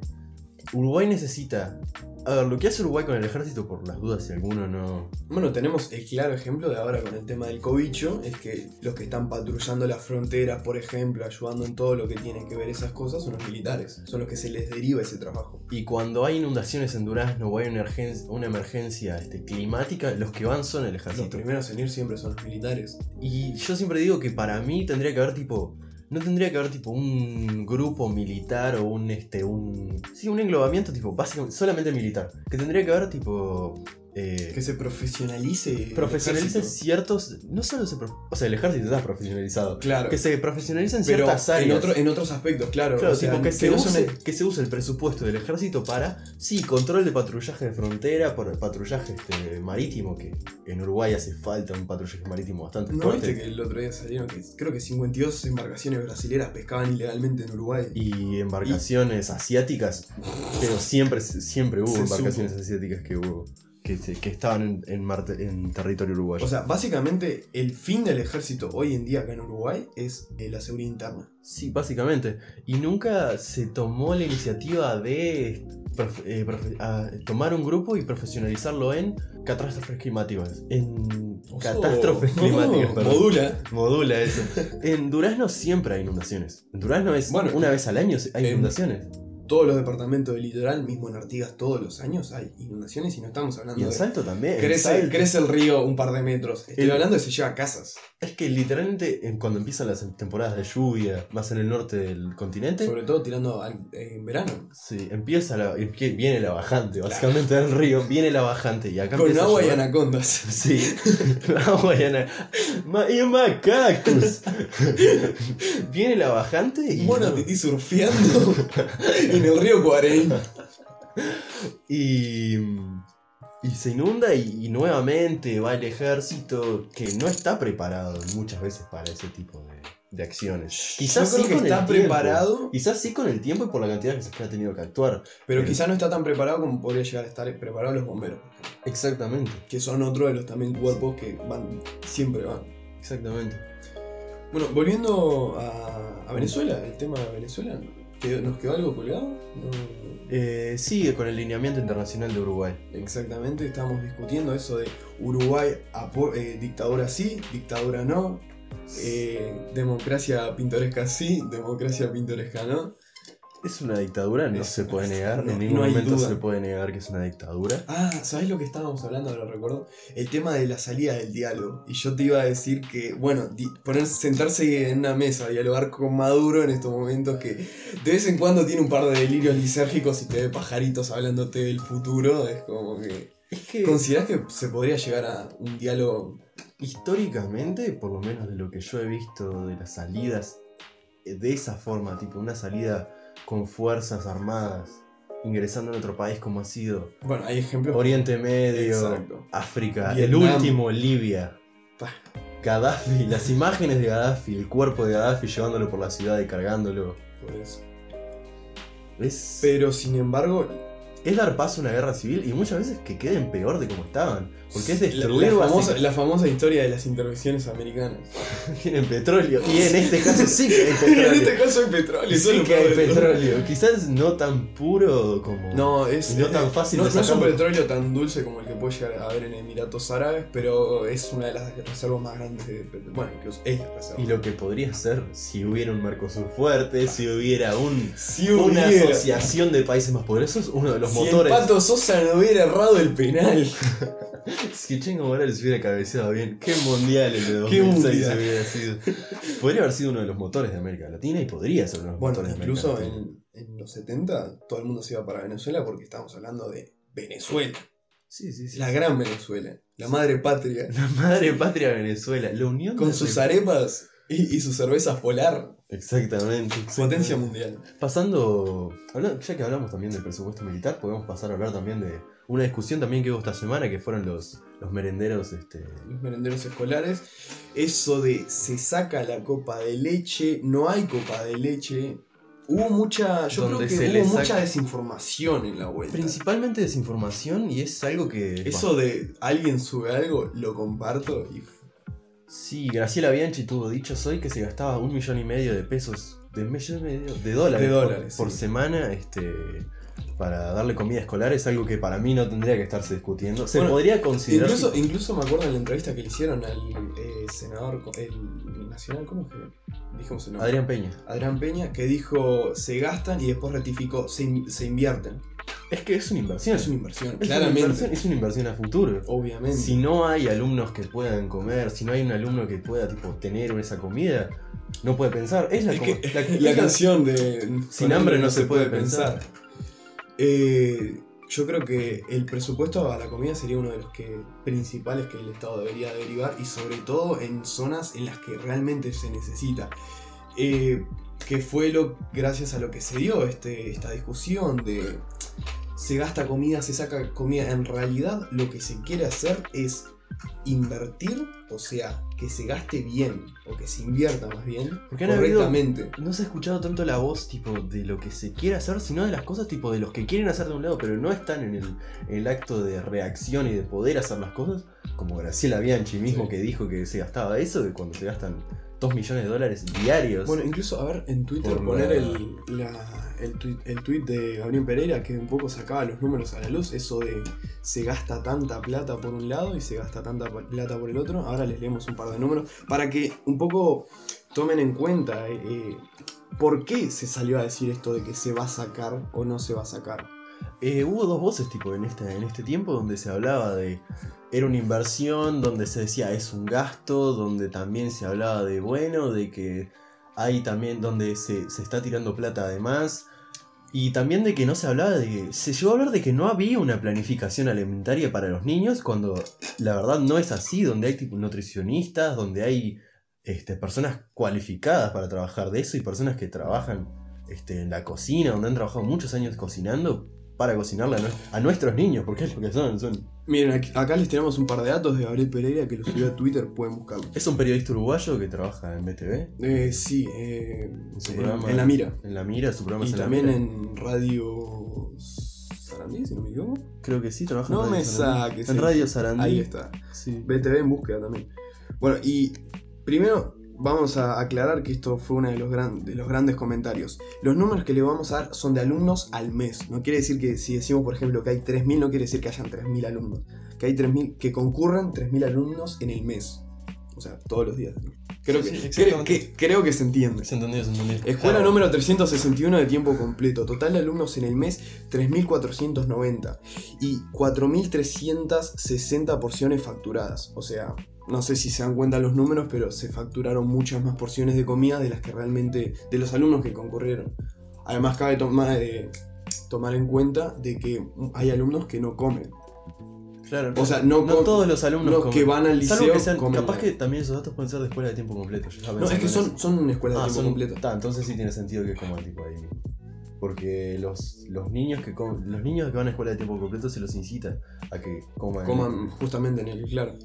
Speaker 1: Uruguay necesita. A ver, lo que hace Uruguay con el ejército, por las dudas, si alguno no.
Speaker 2: Bueno, tenemos el claro ejemplo de ahora con el tema del cobicho, es que los que están patrullando las fronteras, por ejemplo, ayudando en todo lo que tiene que ver esas cosas, son los militares, son los que se les deriva ese trabajo.
Speaker 1: Y cuando hay inundaciones en Durazno o hay una emergencia, una emergencia este, climática, los que van son el
Speaker 2: Los
Speaker 1: ejército.
Speaker 2: primeros en ir siempre son los militares.
Speaker 1: Y yo siempre digo que para mí tendría que haber tipo. No tendría que haber tipo un grupo militar o un este. un. Sí, un englobamiento tipo, básicamente, solamente militar. Que tendría que haber tipo. eh,
Speaker 2: Que se profesionalice. el
Speaker 1: profesionalice
Speaker 2: ejército.
Speaker 1: ciertos. No solo se. pro- O sea, el ejército está profesionalizado.
Speaker 2: Claro.
Speaker 1: Que se profesionalicen
Speaker 2: pero
Speaker 1: ciertas
Speaker 2: en,
Speaker 1: áreas.
Speaker 2: otro- en otros aspectos, claro.
Speaker 1: Claro,
Speaker 2: o sea,
Speaker 1: tipo, que, se
Speaker 2: no son-
Speaker 1: use, que se use el presupuesto del ejército para, sí, control de patrullaje de frontera, por el patrullaje este, marítimo, que en Uruguay hace falta un patrullaje marítimo bastante
Speaker 2: ¿No
Speaker 1: fuerte.
Speaker 2: viste que el otro día salieron que creo que 52 embarcaciones brasileras pescaban ilegalmente en Uruguay?
Speaker 1: Y embarcaciones asiáticas, pero siempre, siempre hubo
Speaker 2: Se
Speaker 1: embarcaciones
Speaker 2: supo.
Speaker 1: asiáticas que hubo, que, se- que estaban en, en mar- en territorio uruguayo.
Speaker 2: O sea, básicamente el fin del ejército hoy en día acá en Uruguay es eh, la seguridad interna.
Speaker 1: sí, básicamente. Y nunca se tomó la iniciativa de prof- eh, profe- ah, tomar un grupo y profesionalizarlo en catástrofes climáticas. En catástrofes
Speaker 2: Oh,
Speaker 1: climáticas,
Speaker 2: oh,
Speaker 1: perdón.
Speaker 2: Modula.
Speaker 1: Modula eso. En Durazno siempre hay inundaciones. En Durazno es
Speaker 2: Bueno,
Speaker 1: una vez al año hay
Speaker 2: en-
Speaker 1: inundaciones.
Speaker 2: Todos los departamentos del litoral, mismo en Artigas, todos los años hay inundaciones y no estamos hablando
Speaker 1: Y en
Speaker 2: de.
Speaker 1: Salto también. en
Speaker 2: Crece,
Speaker 1: Salto.
Speaker 2: crece el río un par de metros. Estoy
Speaker 1: El-
Speaker 2: hablando de se lleva a casas.
Speaker 1: Es que literalmente en- cuando empiezan las temporadas de lluvia, más en el norte del continente,
Speaker 2: Sobre todo tirando al- en verano.
Speaker 1: sí, empieza la, empie- viene la bajante, básicamente del río, viene la bajante y acá
Speaker 2: Con
Speaker 1: empieza a
Speaker 2: agua y
Speaker 1: llover.
Speaker 2: anacondas.
Speaker 1: Sí, agua y ana- ma- y macacos. viene la bajante y,
Speaker 2: Bueno, Titi surfeando en el río Cuarén.
Speaker 1: y, y se inunda y, y nuevamente va el ejército que no está preparado muchas veces para ese tipo de, de acciones. Quizás
Speaker 2: Yo
Speaker 1: sí
Speaker 2: creo que
Speaker 1: con el
Speaker 2: está
Speaker 1: tiempo.
Speaker 2: preparado,
Speaker 1: Quizás sí con el tiempo y por la cantidad que se ha tenido que actuar.
Speaker 2: pero
Speaker 1: Sí.
Speaker 2: quizás no está tan preparado como podría llegar a estar preparado los bomberos.
Speaker 1: Exactamente,
Speaker 2: Que son otro de los también cuerpos que van, siempre van.
Speaker 1: exactamente.
Speaker 2: Bueno, volviendo a, a Venezuela, el tema de Venezuela, ¿quedó- ¿nos quedó algo colgado? No,
Speaker 1: Eh, sigue con el lineamiento internacional de Uruguay.
Speaker 2: exactamente, estábamos discutiendo eso de Uruguay, apo- eh, dictadura sí, dictadura no, eh, democracia pintoresca sí, democracia pintoresca no.
Speaker 1: Es una dictadura, no
Speaker 2: Es-
Speaker 1: se puede negar,
Speaker 2: no,
Speaker 1: en ningún
Speaker 2: no hay
Speaker 1: momento
Speaker 2: duda.
Speaker 1: se puede negar que es una dictadura.
Speaker 2: Ah, ¿sabés lo que estábamos hablando? Ahora recuerdo. El tema de la salida del diálogo. Y yo te iba a decir que, bueno, di- poner, sentarse en una mesa, dialogar con Maduro en estos momentos que de vez en cuando tiene un par de delirios lisérgicos y te ve pajaritos hablándote del futuro. Es como que.
Speaker 1: Es que
Speaker 2: ¿Considerás que se podría llegar a un diálogo
Speaker 1: históricamente, por lo menos de lo que yo he visto de las salidas eh, de esa forma, tipo una salida con fuerzas armadas, ingresando en otro país como ha sido
Speaker 2: Bueno, hay ejemplos.
Speaker 1: Oriente Medio,
Speaker 2: Exacto.
Speaker 1: África,
Speaker 2: Vietnam.
Speaker 1: el último, Libia.
Speaker 2: Pa.
Speaker 1: Gaddafi, las imágenes de Gaddafi, el cuerpo de Gaddafi llevándolo por la ciudad y cargándolo.
Speaker 2: por eso.
Speaker 1: Es,
Speaker 2: Pero sin embargo,
Speaker 1: es dar paso a una guerra civil y muchas veces que queden peor de como estaban. Porque es destruir
Speaker 2: la, la
Speaker 1: base-
Speaker 2: famosa, la famosa historia de las intervenciones americanas.
Speaker 1: Tienen petróleo. Y en este caso sí que hay
Speaker 2: en
Speaker 1: petróleo.
Speaker 2: este caso hay petróleo. eso es
Speaker 1: sí
Speaker 2: lo
Speaker 1: que
Speaker 2: peor
Speaker 1: hay
Speaker 2: de todo.
Speaker 1: petróleo. Quizás no tan puro como.
Speaker 2: No, es,
Speaker 1: Y no
Speaker 2: es-
Speaker 1: tan fácil
Speaker 2: no,
Speaker 1: de
Speaker 2: no es un
Speaker 1: sacarlo.
Speaker 2: petróleo tan dulce como el que puede llegar a haber en Emiratos Árabes, pero es una de las reservas más grandes de petróleo. Bueno, incluso es la reserva.
Speaker 1: Y lo que podría ser si hubiera un Mercosur fuerte, si hubiera un,
Speaker 2: si
Speaker 1: una
Speaker 2: hubiera,
Speaker 1: asociación de países más poderosos, uno de los
Speaker 2: si
Speaker 1: motores.
Speaker 2: el Pato Sosa no hubiera errado el penal.
Speaker 1: Si Chengo Morales hubiera cabeceado bien, qué mundial el de
Speaker 2: Qué
Speaker 1: 2006
Speaker 2: mundial.
Speaker 1: hubiera sido. Podría haber sido uno de los motores de América Latina y podría ser uno de los
Speaker 2: Bueno,
Speaker 1: motores de
Speaker 2: incluso
Speaker 1: América Latina.
Speaker 2: en, en los 70 todo el mundo se iba para Venezuela porque estábamos hablando de Venezuela.
Speaker 1: Sí, sí, sí.
Speaker 2: La gran Venezuela. La madre patria.
Speaker 1: La madre patria Venezuela, la unión
Speaker 2: Con
Speaker 1: de-
Speaker 2: sus arepas y, y sus cervezas polar.
Speaker 1: Exactamente.
Speaker 2: Potencia mundial.
Speaker 1: Pasando, habla- ya que hablamos también del presupuesto militar, podemos pasar a hablar también de una discusión también que hubo esta semana, que fueron los, los merenderos, este...
Speaker 2: los merenderos escolares. Eso de se saca la copa de leche, no hay copa de leche. Hubo mucha. Yo creo
Speaker 1: Donde
Speaker 2: que
Speaker 1: se le
Speaker 2: hubo
Speaker 1: saca-
Speaker 2: mucha desinformación en la vuelta.
Speaker 1: Principalmente desinformación y es algo que...
Speaker 2: Eso de alguien sube algo, lo comparto y.
Speaker 1: Sí, Graciela Bianchi tuvo dicho hoy que se gastaba un millón y medio de pesos, de, millón y medio, de dólares,
Speaker 2: De
Speaker 1: por-
Speaker 2: dólares,
Speaker 1: por,
Speaker 2: sí.
Speaker 1: semana este, para darle comida escolar. Es algo que para mí no tendría que estarse discutiendo. Se
Speaker 2: Bueno,
Speaker 1: podría considerar...
Speaker 2: Incluso, incluso me acuerdo en la entrevista que le hicieron al eh, senador, el nacional, ¿cómo es que? Dijimos el nombre.
Speaker 1: Adrián Peña.
Speaker 2: Adrián Peña, que dijo se gastan y después rectificó, se, in- se invierten.
Speaker 1: Es que es una inversión.
Speaker 2: Es una inversión,
Speaker 1: Es una
Speaker 2: claramente.
Speaker 1: inversión- es una inversión a futuro.
Speaker 2: Obviamente.
Speaker 1: Si no hay alumnos que puedan comer, si no hay un alumno que pueda tipo tener esa comida, no puede pensar. Es la,
Speaker 2: Es
Speaker 1: co-
Speaker 2: que-
Speaker 1: la-
Speaker 2: La
Speaker 1: es la-
Speaker 2: canción de
Speaker 1: Sin hambre no se puede pensar.
Speaker 2: Eh, yo creo que el presupuesto a la comida sería uno de los que principales que el Estado debería derivar y sobre todo en zonas en las que realmente se necesita. Eh, que fue lo gracias a lo que se dio este, esta discusión de se gasta comida, se saca comida. En realidad lo que se quiere hacer es invertir, o sea, que se gaste bien o que se invierta más bien
Speaker 1: Porque han habido-
Speaker 2: correctamente.
Speaker 1: No se ha escuchado tanto la voz tipo de lo que se quiere hacer, sino de las cosas tipo de los que quieren hacer de un lado, pero no están en el, el acto de reacción y de poder hacer las cosas, como Graciela Bianchi mismo
Speaker 2: Sí.
Speaker 1: que dijo que se gastaba eso, de cuando se gastan 2 millones de dólares diarios.
Speaker 2: Bueno, incluso, a ver, en Twitter
Speaker 1: Por
Speaker 2: poner
Speaker 1: la-
Speaker 2: el, la- el, tuit, el tuit de Gabriel Pereira que un poco sacaba los números a la luz, eso de se gasta tanta plata por un lado y se gasta tanta pa- plata por el otro. Ahora les leemos un par de números para que un poco tomen en cuenta eh, eh, por qué se salió a decir esto de que se va a sacar o no se va a sacar.
Speaker 1: Eh, hubo dos voces tipo en este, en este tiempo donde se hablaba de era una inversión, donde se decía es un gasto, donde también se hablaba de bueno, de que hay también donde se, se está tirando plata además. Y también de que no se hablaba de que. Se llegó a hablar de que no había una planificación alimentaria para los niños, cuando la verdad no es así, donde hay tipo nutricionistas, donde hay este, personas cualificadas para trabajar de eso y personas que trabajan este, en la cocina, donde han trabajado muchos años cocinando para cocinarle a, nue- a nuestros niños, porque es lo que son, son-
Speaker 2: Miren, aquí- acá les tenemos un par de datos de Gabriel Pereira que lo subió a Twitter, pueden buscarlo.
Speaker 1: Es un periodista uruguayo que trabaja en BTV,
Speaker 2: Eh, sí, eh,
Speaker 1: su
Speaker 2: en-
Speaker 1: programa-
Speaker 2: en la mira.
Speaker 1: en La Mira, su programa
Speaker 2: Y
Speaker 1: es en La
Speaker 2: también
Speaker 1: Mira.
Speaker 2: en Radio Sarandí, si no me equivoco.
Speaker 1: Creo que sí, trabaja
Speaker 2: No
Speaker 1: en
Speaker 2: me
Speaker 1: Radio Sarandí.
Speaker 2: saques.
Speaker 1: En
Speaker 2: sí.
Speaker 1: Radio Sarandí.
Speaker 2: Ahí está.
Speaker 1: Sí.
Speaker 2: BTV en búsqueda también. Bueno, y primero vamos a aclarar que esto fue uno de los, gran- de los grandes comentarios. Los números que le vamos a dar son de alumnos al mes. No quiere decir que si decimos, por ejemplo, que hay 3.000, no quiere decir que hayan 3.000 alumnos. Que hay 3.000, que concurran 3.000 alumnos en el mes. O sea, todos los días. Creo,
Speaker 1: Sí,
Speaker 2: que,
Speaker 1: sí,
Speaker 2: creo,
Speaker 1: exactamente.
Speaker 2: que, creo que se entiende.
Speaker 1: Se entendió, se entendió.
Speaker 2: Escuela
Speaker 1: Ah,
Speaker 2: número 361 de tiempo completo. Total de alumnos en el mes 3.490 y 4.360 porciones facturadas. O sea, no sé si se dan cuenta los números, pero se facturaron muchas más porciones de comida de las que realmente, de los alumnos que concurrieron. Además, cabe tomar, eh, tomar en cuenta de que hay alumnos que no comen.
Speaker 1: Claro,
Speaker 2: O sea, no,
Speaker 1: no
Speaker 2: con-
Speaker 1: todos los alumnos
Speaker 2: no
Speaker 1: comen.
Speaker 2: que van al
Speaker 1: Salvo
Speaker 2: liceo
Speaker 1: que sean-
Speaker 2: comen
Speaker 1: capaz
Speaker 2: mal.
Speaker 1: que también esos datos pueden ser de escuela de tiempo completo. yo estaba
Speaker 2: No, es
Speaker 1: pensando
Speaker 2: que
Speaker 1: en
Speaker 2: son,
Speaker 1: eso.
Speaker 2: son una escuela de
Speaker 1: Ah,
Speaker 2: tiempo
Speaker 1: son
Speaker 2: completo.
Speaker 1: Ta, entonces sí tiene sentido que coman tipo ahí. mismo. Porque los, los niños que comen- los niños que van a escuela de tiempo completo se los incita a que coman.
Speaker 2: Coman justamente en el, claro.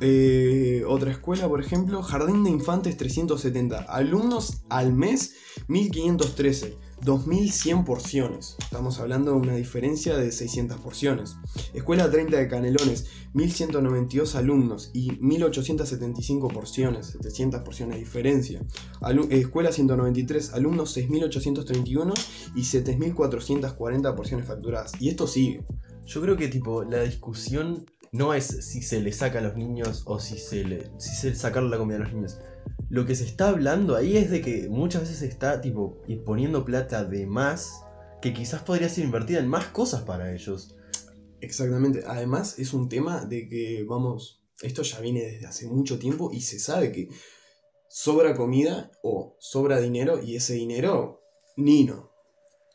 Speaker 2: Eh, otra escuela, por ejemplo, Jardín de Infantes 370. Alumnos al mes 1513. 2100 porciones. Estamos hablando de una diferencia de 600 porciones. Escuela 30 de Canelones, 1192 alumnos y 1875 porciones. 700 porciones de diferencia. Alu- eh, escuela 193, alumnos 6831 y 7440 porciones facturadas. Y esto sigue.
Speaker 1: Yo creo que tipo la discusión no es si se le saca a los niños o si se le si se sacaron la comida a los niños. Lo que se está hablando ahí es de que muchas veces se está tipo y poniendo plata de más que quizás podría ser invertida en más cosas para ellos.
Speaker 2: Exactamente. Además, es un tema de que, vamos, esto ya viene desde hace mucho tiempo y se sabe que sobra comida o sobra dinero y ese dinero, Nino.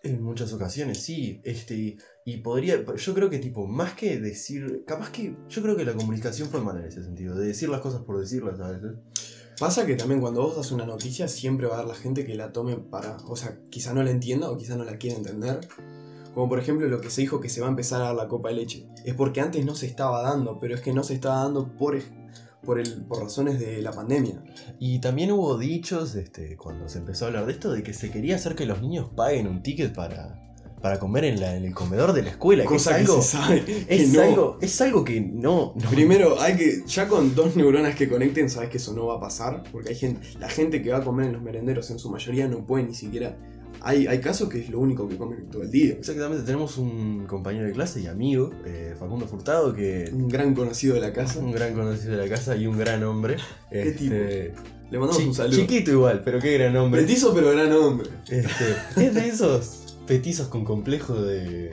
Speaker 1: En muchas ocasiones, sí. Este, y podría. Yo creo que, tipo, más que decir. Capaz que. Yo creo que la comunicación fue mala en ese sentido. De decir las cosas por decirlas a veces.
Speaker 2: Pasa que también cuando vos das una noticia siempre va a haber la gente que la tome para, o sea, quizá no la entienda o quizá no la quiera entender. Como por ejemplo lo que se dijo que se va a empezar a dar la copa de leche. Es porque antes no se estaba dando, pero es que no se estaba dando por, ej- por, el, por razones de la pandemia.
Speaker 1: Y también hubo dichos, este, cuando se empezó a hablar de esto, de que se quería hacer que los niños paguen un ticket para, para comer en, la- en el comedor de la escuela. Que es
Speaker 2: Cosa que
Speaker 1: algo.
Speaker 2: se sabe. que
Speaker 1: es,
Speaker 2: no.
Speaker 1: algo es algo que no. no-
Speaker 2: Primero, hay que. Ya con dos neuronas que conecten, sabes que eso no va a pasar. Porque hay gente. La gente que va a comer en los merenderos en su mayoría no puede ni siquiera. Hay, hay casos que es lo único que comen todo el día.
Speaker 1: Exactamente, tenemos un compañero de clase y amigo, eh, Facundo Furtado, que.
Speaker 2: Un gran conocido de la
Speaker 1: Es
Speaker 2: casa.
Speaker 1: un gran conocido de la casa y un gran hombre. Este,
Speaker 2: ¿Qué tipo? Le mandamos
Speaker 1: chi-
Speaker 2: un saludo.
Speaker 1: Chiquito igual, pero qué gran hombre.
Speaker 2: Petizo, pero gran hombre.
Speaker 1: Este, es de esos petizos con complejo de.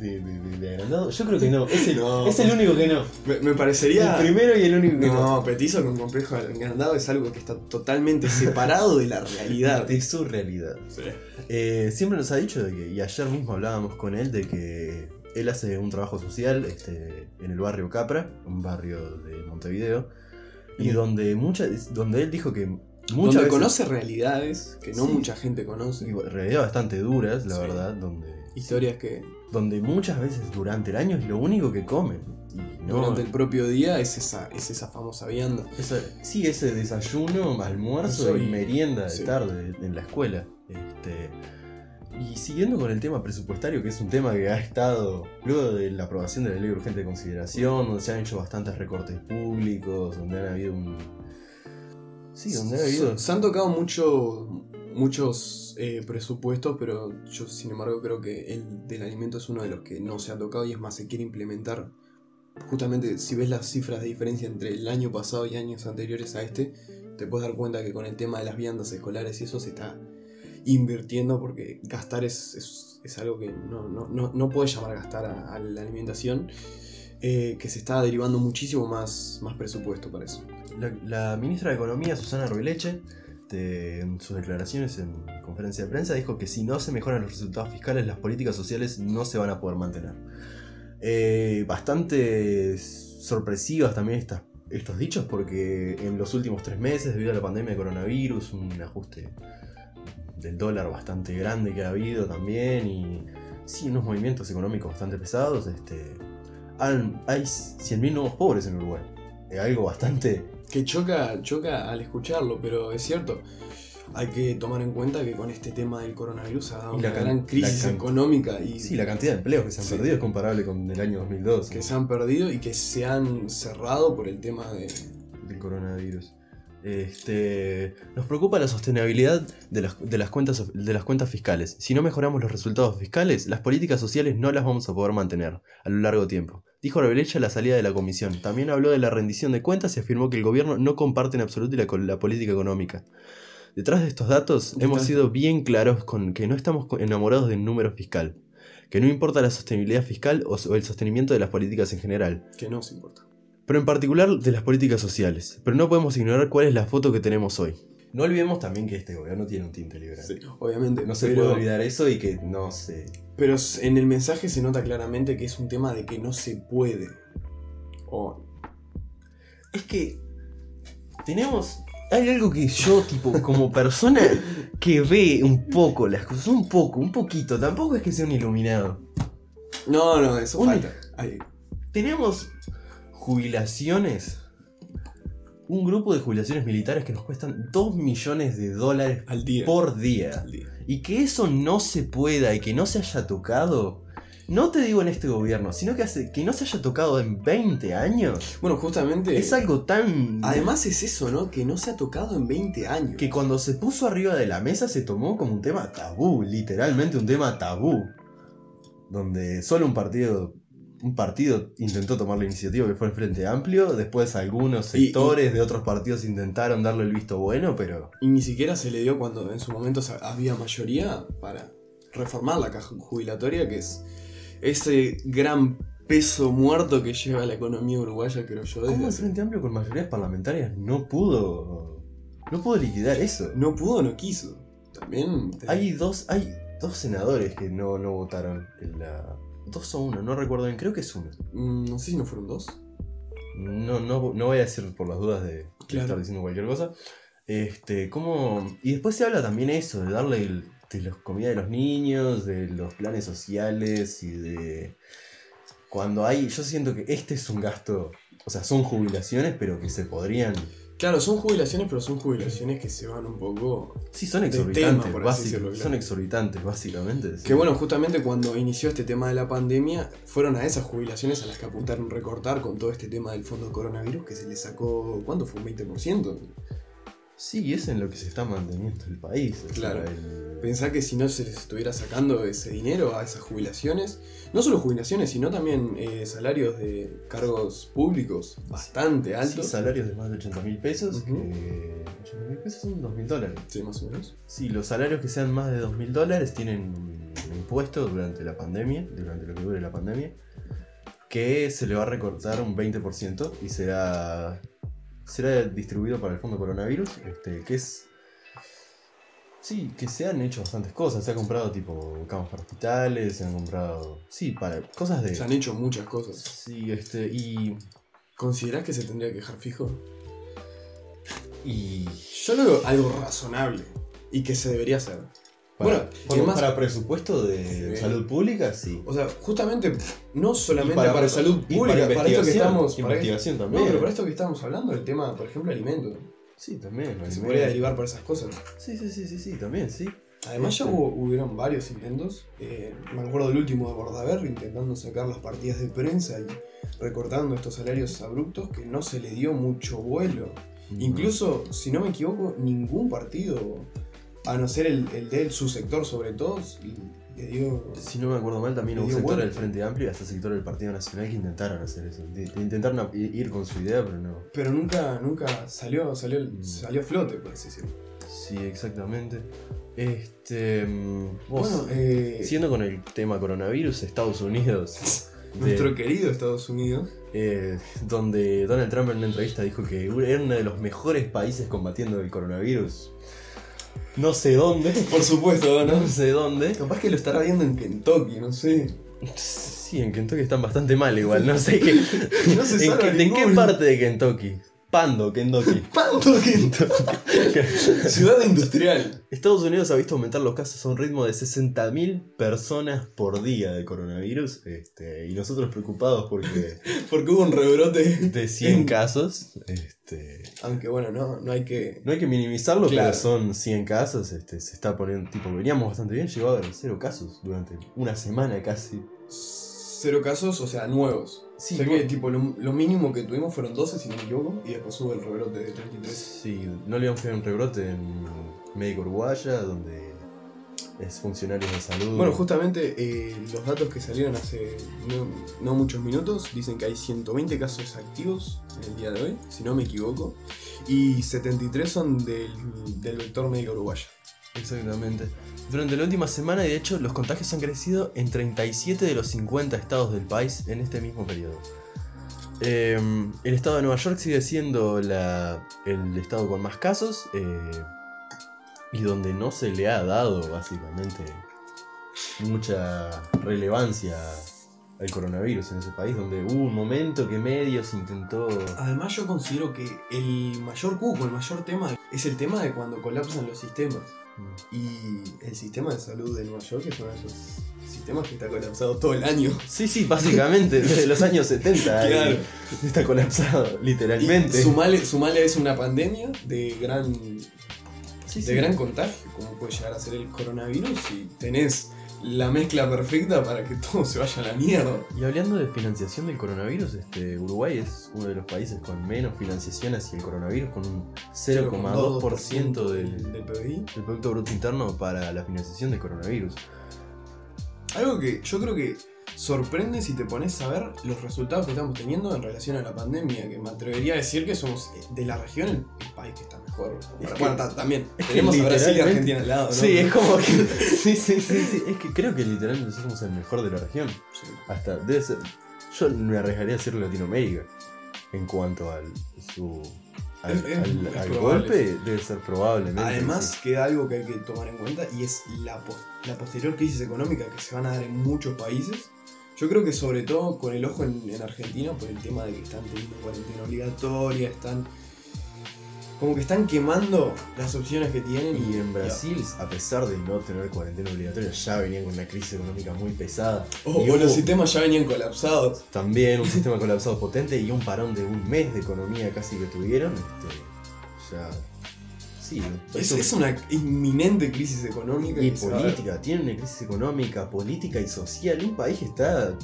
Speaker 1: de, de, de- de agrandado. Yo creo que no. Es el,
Speaker 2: No.
Speaker 1: es el único que no.
Speaker 2: Me, me
Speaker 1: El
Speaker 2: parecería.
Speaker 1: primero y el único que no.
Speaker 2: No, petizo con complejo de agrandado es algo que está totalmente separado de la realidad.
Speaker 1: De su realidad.
Speaker 2: Sí.
Speaker 1: Eh, siempre nos ha dicho de que, y ayer mismo hablábamos con él de que él hace un trabajo social este, en el barrio Capra, un barrio de Montevideo, y
Speaker 2: Mm.
Speaker 1: donde muchas, donde él dijo que
Speaker 2: Donde
Speaker 1: muchas veces-
Speaker 2: conoce realidades que no
Speaker 1: Sí.
Speaker 2: mucha gente conoce.
Speaker 1: y realidades bastante duras, la
Speaker 2: Sí.
Speaker 1: verdad, donde,
Speaker 2: Historias que
Speaker 1: donde muchas veces durante el año es lo único que comen. Y no,
Speaker 2: durante el propio día es esa, es esa famosa vianda.
Speaker 1: Esa- sí, ese desayuno, almuerzo
Speaker 2: Eso
Speaker 1: y
Speaker 2: y-
Speaker 1: merienda de
Speaker 2: sí.
Speaker 1: tarde en la escuela. Este, y siguiendo con el tema presupuestario, que es un tema que ha estado, luego de la aprobación de la ley urgente de consideración, donde se han hecho bastantes recortes públicos, donde han habido un... Sí, donde ha habido...
Speaker 2: Se- Se han tocado mucho, muchos eh, presupuestos, pero yo sin embargo creo que el del alimento es uno de los que no se ha tocado y es más, se quiere implementar. Justamente si ves las cifras de diferencia entre el año pasado y años anteriores a este, te puedes dar cuenta que con el tema de las viandas escolares y eso se está invirtiendo porque gastar es, es- es algo que no, no, no, no puede llamar gastar a, a la alimentación, eh, que se está derivando muchísimo más, más presupuesto para eso.
Speaker 1: La, la ministra de Economía, Susana Roileche, de- en sus declaraciones en conferencia de prensa, dijo que si no se mejoran los resultados fiscales, las políticas sociales no se van a poder mantener. Eh, bastante sorpresivas también estas, estos dichos, porque en los últimos tres meses, debido a la pandemia de coronavirus, un ajuste del dólar bastante grande que ha habido también, y sí, unos movimientos económicos bastante pesados, este, han- hay 100.000 nuevos pobres en Uruguay. Eh, algo bastante
Speaker 2: que choca, choca al escucharlo, pero es cierto. Hay que tomar en cuenta que con este tema del coronavirus ha dado
Speaker 1: Y la
Speaker 2: una
Speaker 1: can-
Speaker 2: gran crisis
Speaker 1: la can-
Speaker 2: económica y
Speaker 1: Sí, la cantidad de empleos que se han
Speaker 2: Sí.
Speaker 1: perdido es comparable con el año 2002,
Speaker 2: que se han perdido y que se han cerrado por el tema de...
Speaker 1: del coronavirus. Este, nos preocupa la sostenibilidad de las, de, las cuentas, de las cuentas fiscales. Si no mejoramos los resultados fiscales, las políticas sociales no las vamos a poder mantener a lo largo tiempo. Dijo Arbeleche a la salida de la comisión. También habló de la rendición de cuentas y afirmó que el gobierno no comparte en absoluto la, la política económica. Detrás de estos datos,
Speaker 2: Detrás
Speaker 1: hemos
Speaker 2: de-
Speaker 1: sido bien claros con que no estamos co- enamorados del número fiscal. Que no importa la sostenibilidad fiscal o- o el sostenimiento de las políticas en general
Speaker 2: que no se importa.
Speaker 1: pero en particular de las políticas sociales. Pero no podemos ignorar cuál es la foto que tenemos hoy. No olvidemos también que este gobierno tiene un tinte liberal.
Speaker 3: Sí.
Speaker 2: Obviamente,
Speaker 1: No se
Speaker 2: pero,
Speaker 1: puede olvidar eso y que no se.
Speaker 2: pero s- en el mensaje se nota claramente que es un tema de que no se puede. O
Speaker 1: Es que. Tenemos. Hay algo que yo, tipo, como persona que ve un poco las cosas, un poco, un poquito, tampoco es que sea un iluminado.
Speaker 2: No, no, eso
Speaker 1: Un-
Speaker 2: falta. Ay,
Speaker 1: Tenemos jubilaciones. Un grupo de jubilaciones militares que nos cuestan 2 millones de dólares
Speaker 2: al día.
Speaker 1: por día.
Speaker 2: Al día.
Speaker 1: Y que eso no se pueda y que no se haya tocado. No te digo en este gobierno, sino que hace que no se haya tocado en 20 años.
Speaker 2: Bueno, justamente.
Speaker 1: Es algo tan.
Speaker 2: Además es eso, ¿no? Que no se ha tocado en 20 años.
Speaker 1: que cuando se puso arriba de la mesa se tomó como un tema tabú, literalmente un tema tabú. Donde solo un partido, un partido intentó tomar la iniciativa que fue el Frente Amplio, después algunos
Speaker 2: Y- y-
Speaker 1: sectores de otros partidos intentaron darle el visto bueno, pero
Speaker 2: Y ni siquiera se le dio cuando en su momento sa- había mayoría para reformar la caja jubilatoria, que es ese gran peso muerto que lleva la economía uruguaya, creo yo. desde
Speaker 1: ¿cómo el
Speaker 2: hace-
Speaker 1: Frente Amplio con mayorías parlamentarias no pudo no pudo liquidar eso?
Speaker 2: No pudo, no quiso. También. te-
Speaker 1: Hay dos, hay dos senadores que no, no votaron en la. Dos o uno, no recuerdo bien, creo que es uno.
Speaker 2: Mm, No sé si no fueron dos.
Speaker 1: No, no, no voy a decir por las dudas de de
Speaker 2: Claro.
Speaker 1: estar diciendo cualquier cosa. Este, cómo. Y después se habla también eso, de darle el- de la comida de los niños, de los planes sociales y de. Cuando hay. Yo siento que este es un gasto. O sea, son jubilaciones, pero que se podrían.
Speaker 2: Claro, son jubilaciones, pero son jubilaciones que se van un poco
Speaker 1: Sí, son
Speaker 2: De
Speaker 1: exorbitantes.
Speaker 2: tema, por
Speaker 1: básic-
Speaker 2: así decirlo, claro.
Speaker 1: Son exorbitantes, básicamente. sí.
Speaker 2: Que bueno, justamente cuando inició este tema de la pandemia, fueron a esas jubilaciones a las que apuntaron recortar con todo este tema del fondo coronavirus que se le sacó, ¿cuánto fue? Un 20%.
Speaker 1: Sí, es en lo que se está manteniendo el país. o sea,
Speaker 2: Claro.
Speaker 1: el-
Speaker 2: Pensá que si no se les estuviera sacando ese dinero a esas jubilaciones, no solo jubilaciones, sino también eh, salarios de cargos públicos bastante
Speaker 1: Sí,
Speaker 2: altos.
Speaker 1: salarios de más de 80 mil pesos.
Speaker 2: Ujú.
Speaker 1: que 80 mil pesos son 2 mil dólares.
Speaker 2: Sí, más o menos.
Speaker 1: Sí, los salarios que sean más de 2 mil dólares tienen un impuesto durante la pandemia, durante lo que dure la pandemia, que se le va a recortar un 20% y será, será distribuido para el fondo coronavirus, este, que es... Sí, que se han hecho bastantes cosas, se han comprado tipo camas para hospitales, se han comprado... Sí, para cosas de...
Speaker 2: Se han hecho muchas cosas.
Speaker 1: Sí, este, y...
Speaker 2: ¿Considerás que se tendría que dejar fijo?
Speaker 1: y
Speaker 2: Yo lo veo algo razonable y que se debería hacer.
Speaker 1: para,
Speaker 2: Bueno, y
Speaker 1: por-
Speaker 2: además-
Speaker 1: para presupuesto de
Speaker 2: Sí.
Speaker 1: salud pública, sí.
Speaker 2: O sea, justamente no solamente
Speaker 1: Y para-
Speaker 2: para salud
Speaker 1: y
Speaker 2: pública, para, esto que
Speaker 1: investigación,
Speaker 2: estamos. para esto-
Speaker 1: investigación
Speaker 2: no,
Speaker 1: también.
Speaker 2: pero para esto que estamos hablando, el tema, por ejemplo, alimentos,
Speaker 1: Sí, también.
Speaker 2: que se
Speaker 1: alimentos.
Speaker 2: podría derivar por esas cosas.
Speaker 1: Sí, sí, sí, sí, sí, también, sí.
Speaker 2: Además,
Speaker 1: Este.
Speaker 2: ya hubo- hubieron varios intentos. eh, me acuerdo del último de Bordaberry intentando sacar las partidas de prensa y recortando estos salarios abruptos que no se le dio mucho vuelo. Incluso, si no me equivoco, ningún partido, a no ser el, el de él, su sector sobre todo, le dio.
Speaker 1: Si no me acuerdo mal, también
Speaker 2: Le
Speaker 1: hubo un
Speaker 2: dio
Speaker 1: sector
Speaker 2: vuelta.
Speaker 1: del Frente Amplio y hasta sector del Partido Nacional que intentaron hacer eso. De- de- Intentaron a- i- ir con su idea, pero no.
Speaker 2: Pero nunca, nunca salió, salió,
Speaker 1: Mm.
Speaker 2: salió a flote, por así decirlo.
Speaker 1: Sí, exactamente. Este. mm, vos,
Speaker 2: Bueno, eh,
Speaker 1: siguiendo con el tema coronavirus, Estados Unidos. de-
Speaker 2: nuestro querido Estados Unidos.
Speaker 1: eh, donde Donald Trump en una entrevista dijo que era uno de los mejores países combatiendo el coronavirus. No sé dónde.
Speaker 2: Por supuesto,
Speaker 1: No sé dónde.
Speaker 2: Capaz que lo estará viendo en Kentucky, no sé.
Speaker 1: Sí, en Kentucky están bastante mal igual, no sé qué.
Speaker 2: No se
Speaker 1: ¿En,
Speaker 2: sabe
Speaker 1: qué- en qué
Speaker 2: ningún.
Speaker 1: parte de Kentucky? Pando, Kentucky.
Speaker 2: Pando Kentucky. Ciudad industrial.
Speaker 1: Estados Unidos ha visto aumentar los casos a un ritmo de 60.000 personas por día de coronavirus. Este, y nosotros preocupados porque
Speaker 2: Porque hubo un rebrote.
Speaker 1: de 100
Speaker 2: En-
Speaker 1: casos. Este,
Speaker 2: Aunque bueno, no, no hay que.
Speaker 1: no hay que minimizarlo,
Speaker 2: Claro.
Speaker 1: pero son 100 casos. Este, se está poniendo. Tipo, veníamos bastante bien, llegó a haber cero casos durante una semana casi.
Speaker 2: Cero casos, o sea, nuevos.
Speaker 1: Sí,
Speaker 2: o sea
Speaker 1: no-
Speaker 2: que tipo, lo, lo mínimo que tuvimos fueron 12, si no me equivoco, y después hubo el rebrote de 33.
Speaker 1: Sí, no le fue un rebrote en Médico Uruguaya, donde es funcionario de salud.
Speaker 2: Bueno, justamente eh, los datos que salieron hace no, no muchos minutos dicen que hay 120 casos activos en el día de hoy, si no me equivoco, y 73 son del, del vector médico uruguayo.
Speaker 1: Exactamente. Durante la última semana, de hecho, los contagios han crecido en 37 de los 50 estados del país en este mismo periodo. Eh, el estado de Nueva York sigue siendo la- el estado con más casos. eh, y donde no se le ha dado básicamente mucha relevancia al coronavirus en ese país, donde hubo un momento que medios intentó...
Speaker 2: Además yo considero que el mayor cuco, el mayor tema es el tema de cuando colapsan los sistemas.
Speaker 1: Mm.
Speaker 2: Y el sistema de salud de Nueva York es uno de esos sistemas que está colapsado todo el año.
Speaker 1: Sí, sí, básicamente, desde los años 70 ahí
Speaker 2: Claro.
Speaker 1: está colapsado,
Speaker 2: Y
Speaker 1: literalmente.
Speaker 2: sumale, sumale a eso una pandemia de gran,
Speaker 1: Sí,
Speaker 2: de
Speaker 1: sí.
Speaker 2: gran contagio, como puede llegar a ser el coronavirus, y tenés la mezcla perfecta para que todo se vaya a la mierda.
Speaker 1: Y hablando de financiación del coronavirus, este, Uruguay es uno de los países con menos financiación hacia el coronavirus, con un 0,2% del,
Speaker 2: del PBI.
Speaker 1: del Producto Bruto Interno para la financiación del coronavirus.
Speaker 2: Algo que yo creo que sorprende si te pones a ver los resultados que estamos teniendo en relación a la pandemia, que me atrevería a decir que somos eh, de la región el país que está mejor.
Speaker 1: Es que-
Speaker 2: Bueno, ta- también
Speaker 1: es que
Speaker 2: tenemos a Brasil y
Speaker 1: literalmente-
Speaker 2: Argentina al lado, ¿no?
Speaker 1: Sí, es como que. Sí, sí, sí, sí. Es que creo que literalmente somos el mejor de la región.
Speaker 2: Sí.
Speaker 1: Hasta debe ser. Yo me arriesgaría a decir Latinoamérica. En cuanto al su. al,
Speaker 2: Es- es-
Speaker 1: al-
Speaker 2: es
Speaker 1: al
Speaker 2: probable.
Speaker 1: golpe, debe ser probablemente.
Speaker 2: Además,
Speaker 1: sí.
Speaker 2: queda algo que hay que tomar en cuenta y es la, pos- la posterior crisis económica que se van a dar en muchos países. Yo creo que sobre todo con el ojo en, en Argentina por el tema de que están teniendo cuarentena obligatoria, están... Como que están quemando las opciones que tienen.
Speaker 1: Y en Brasil, a pesar de no tener cuarentena obligatoria, ya venían con una crisis económica muy pesada.
Speaker 2: O
Speaker 1: Y
Speaker 2: o
Speaker 1: hubo
Speaker 2: los sistemas ya venían colapsados.
Speaker 1: También un sistema colapsado potente y un parón de un mes de economía casi que tuvieron. Este, ya. Sí,
Speaker 2: Es,
Speaker 1: eso-
Speaker 2: es una inminente crisis económica.
Speaker 1: Y
Speaker 2: que se va a dar.
Speaker 1: política, tiene una crisis económica, política y social. Un país que está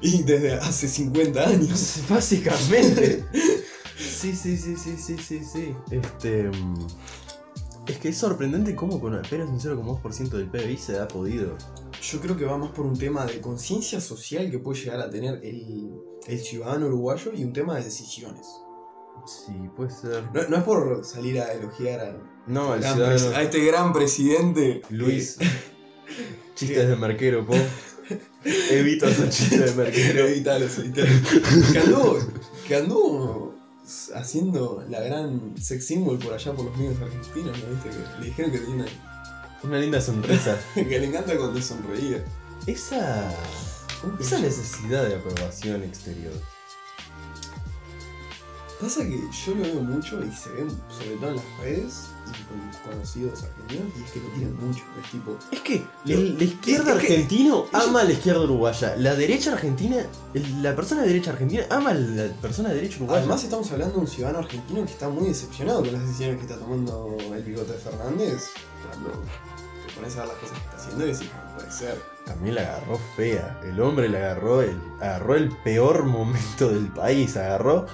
Speaker 2: Y desde hace 50 años.
Speaker 1: básicamente. Sí, sí, sí, sí, sí, sí, sí. Este. mm, Es que es sorprendente cómo con apenas un 0,2% del PBI se ha podido.
Speaker 2: Yo creo que va más por un tema de conciencia social que puede llegar a tener el, el ciudadano uruguayo y un tema de decisiones.
Speaker 1: Sí, puede ser.
Speaker 2: No, no es por salir a elogiar a,
Speaker 1: No, el
Speaker 2: gran
Speaker 1: ciudadano.
Speaker 2: presi- a este gran presidente. eh,
Speaker 1: Luis. Eh, Chistes de marquero, po. Evito esos chistes de
Speaker 2: Pero
Speaker 1: marquero.
Speaker 2: evitalo, evitalo. que anduvo, que anduvo haciendo la gran sex symbol por allá por los medios argentinos, ¿no viste? Que le dijeron que tenía una
Speaker 1: Una linda sonrisa.
Speaker 2: que le encanta cuando sonreía.
Speaker 1: Esa.
Speaker 2: ¿Cómo que
Speaker 1: Esa necesidad de aprobación exterior.
Speaker 2: Pasa que yo lo veo mucho y se ven, sobre todo en las redes y con conocidos argentinos, y es que lo tiran mucho. Es tipo,
Speaker 1: Es que
Speaker 2: Yo-
Speaker 1: el- la izquierda
Speaker 2: es que-
Speaker 1: argentino ama a la izquierda uruguaya. La derecha argentina, el- la persona de derecha argentina ama a la persona de derecha uruguaya.
Speaker 2: además estamos hablando de un ciudadano argentino que está muy decepcionado con las decisiones que está tomando el bigote Fernández. Cuando te pones a ver las cosas que está haciendo y decís, no puede ser.
Speaker 1: también la agarró fea. El hombre la agarró el, agarró el peor momento del país. Agarró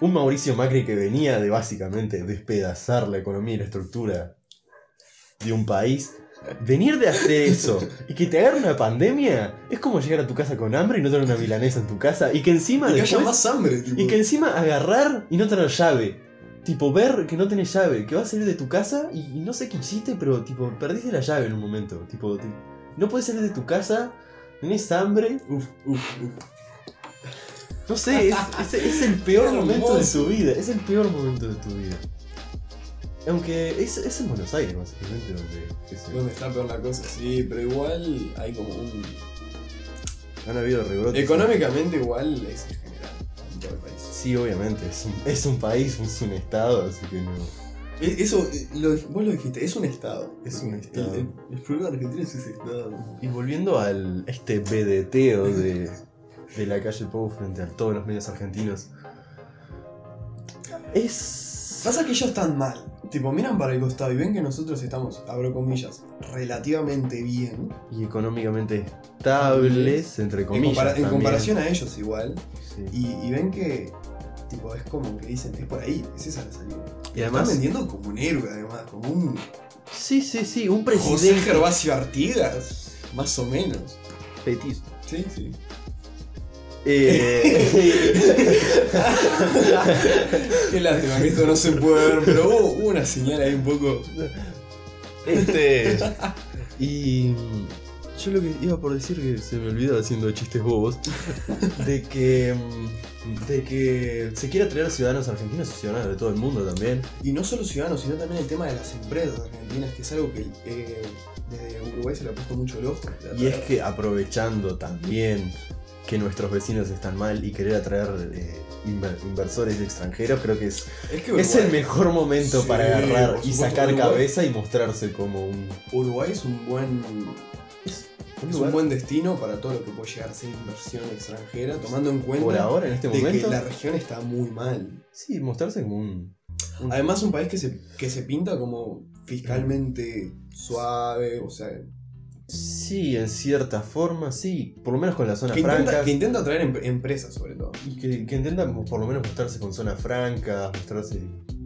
Speaker 1: un Mauricio Macri que venía de básicamente despedazar la economía y la estructura de un país. Venir de hacer eso y que te agarre una pandemia es como llegar a tu casa con hambre y no tener una milanesa en tu casa y que encima
Speaker 2: Y que haya
Speaker 1: Ah, después-
Speaker 2: más hambre, tipo.
Speaker 1: Y que encima agarrar y no tener llave. Tipo, ver que no tenés llave, que vas a salir de tu casa y y no sé qué hiciste, pero tipo, perdiste la llave en un momento. Tipo, te- no puedes salir de tu casa, tenés hambre.
Speaker 2: Uf, uf, uf.
Speaker 1: No sé, es, es- es el peor
Speaker 2: Qué
Speaker 1: momento de
Speaker 2: hermoso.
Speaker 1: tu vida. Es el peor momento de tu vida. Aunque es, es en Buenos Aires, básicamente, donde ese-
Speaker 2: ¿Dónde está peor la cosa? Sí, pero igual hay como un.
Speaker 1: han habido rebrotes.
Speaker 2: Económicamente, igual es en general en todo el país.
Speaker 1: Sí, obviamente, es un, es un país, es un estado, así que no.
Speaker 2: E- Eso, eh, lo, dij- vos lo dijiste, es un estado.
Speaker 1: Es un
Speaker 2: El-
Speaker 1: estado.
Speaker 2: El, el problema de Argentina es ese estado.
Speaker 1: Y volviendo al este vedeteo de, de la calle Pou frente a todos los medios argentinos. Es.
Speaker 2: Pasa que ellos están mal. Tipo, miran para el costado y ven que nosotros estamos, abro comillas, relativamente bien.
Speaker 1: Y económicamente estables, entre
Speaker 2: En,
Speaker 1: comillas.
Speaker 2: compara- en
Speaker 1: también.
Speaker 2: comparación a ellos igual.
Speaker 1: Sí.
Speaker 2: Y, y ven que, tipo, es como que dicen, es por ahí, es esa la salida.
Speaker 1: Y
Speaker 2: Están
Speaker 1: además.
Speaker 2: vendiendo como un héroe, además, como un
Speaker 1: Sí, sí, sí, un
Speaker 2: José
Speaker 1: presidente.
Speaker 2: Gervasio Artigas, más o menos.
Speaker 1: Petis.
Speaker 2: Sí, sí.
Speaker 1: Eh,
Speaker 2: Qué lástima que esto no se puede ver, pero hubo hubo una señal ahí un poco...
Speaker 1: Este. Y. Yo lo que iba por decir que se me olvidó haciendo chistes bobos. De que. mm, De que se quiere atraer a ciudadanos argentinos y ciudadanos de todo el mundo también.
Speaker 2: Y no solo ciudadanos, sino también el tema de las empresas argentinas, que es algo que eh, desde Uruguay se le ha puesto mucho el ojo.
Speaker 1: Y es que aprovechando también que nuestros vecinos están mal y querer atraer eh, inver- inversores extranjeros, creo que es,
Speaker 2: Es que
Speaker 1: es el
Speaker 2: Uruguay-
Speaker 1: mejor momento
Speaker 2: Sí,
Speaker 1: para agarrar
Speaker 2: por
Speaker 1: y
Speaker 2: supuesto,
Speaker 1: sacar
Speaker 2: Uruguay.
Speaker 1: cabeza y mostrarse como un,
Speaker 2: Uruguay es un buen
Speaker 1: un
Speaker 2: Es
Speaker 1: lugar
Speaker 2: un buen destino para todo lo que puede llegar a ser inversión extranjera, tomando en cuenta
Speaker 1: por ahora en este
Speaker 2: de
Speaker 1: momento.
Speaker 2: que la región está muy mal.
Speaker 1: Sí, mostrarse como un. un-
Speaker 2: Además, un país que se, que se pinta como fiscalmente suave, o sea, que
Speaker 1: Sí, en cierta forma, sí. Por lo menos con las zonas
Speaker 2: intenta,
Speaker 1: francas.
Speaker 2: que intenta atraer em- empresas sobre todo.
Speaker 1: Y que, que intentan mo- por lo menos mostrarse con zonas francas, mostrarse...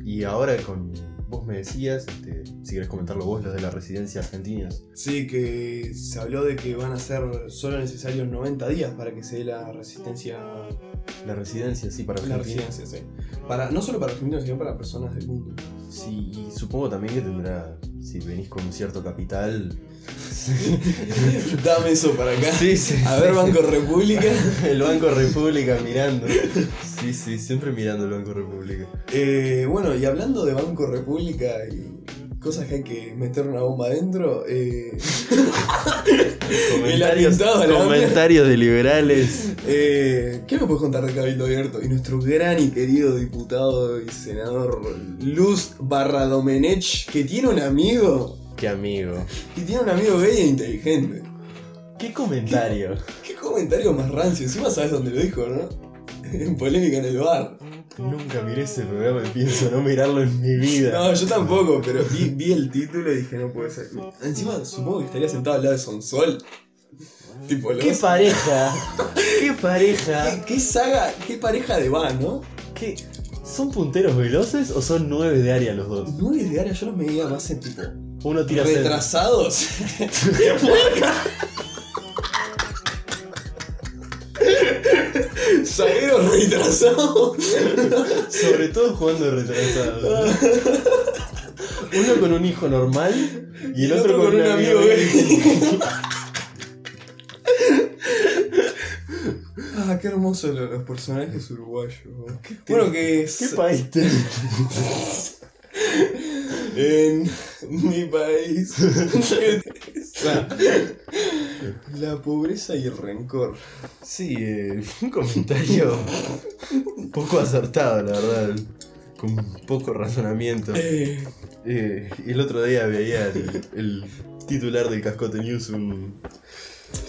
Speaker 1: Y ahora con... Vos me decías, este, si querés comentarlo vos, los de la residencia argentinos.
Speaker 2: Sí, que se habló de que van a ser solo necesarios 90 días para que se dé la resistencia,
Speaker 1: La residencia, sí, para
Speaker 2: la
Speaker 1: Argentina.
Speaker 2: residencia, sí. Para, no solo para argentinos, sino para personas del mundo.
Speaker 1: Sí, y supongo también que tendrá... Si venís con un cierto capital...
Speaker 2: Dame eso para acá.
Speaker 1: Sí, sí.
Speaker 2: A ver, Banco República.
Speaker 1: El Banco República mirando. Sí, sí, siempre mirando el Banco República.
Speaker 2: Eh, bueno, y hablando de Banco República y cosas que hay que meter una bomba adentro, eh,
Speaker 1: Comentarios,
Speaker 2: atentado a la-
Speaker 1: comentarios de liberales.
Speaker 2: eh, ¿qué me puedes contar de Cabildo Abierto? Y nuestro gran y querido diputado y senador Luz Barradomenech, que tiene un amigo,
Speaker 1: Qué amigo.
Speaker 2: que tiene un amigo gay e inteligente.
Speaker 1: Qué comentario.
Speaker 2: Qué comentario más rancio, encima sabes dónde lo dijo, ¿no? En polémica en el bar.
Speaker 1: Nunca miré ese programa y pienso no mirarlo en mi vida.
Speaker 2: No, yo tampoco, pero vi, vi el título y dije, no puede ser. Encima supongo que estaría sentado al lado de Sonsol. Tipo, lo
Speaker 1: ¡Qué
Speaker 2: ves-
Speaker 1: pareja! ¡Qué pareja!
Speaker 2: ¿Qué, qué saga, qué pareja de van, ¿no?
Speaker 1: ¿Qué? ¿Son punteros veloces o son nueve de área los dos?
Speaker 2: No de ahora yo los medía más en tipo.
Speaker 1: Uno tira centro.
Speaker 2: ¿Retrasados? ¿Zagueros retrasados?
Speaker 1: Sobre todo jugando de retrasado. Uno con un hijo normal y el otro, con, un amigo gay.
Speaker 2: Ah, qué hermosos lo- los, personajes uruguayos. bro. Bueno, que
Speaker 1: ¿Qué
Speaker 2: es-
Speaker 1: país tenés?
Speaker 2: en mi país. La pobreza y el rencor.
Speaker 1: Sí, eh, un comentario poco acertado, la verdad. Con poco razonamiento.
Speaker 2: Eh,
Speaker 1: Eh, y el otro día veía el, el titular del Cascote News, un-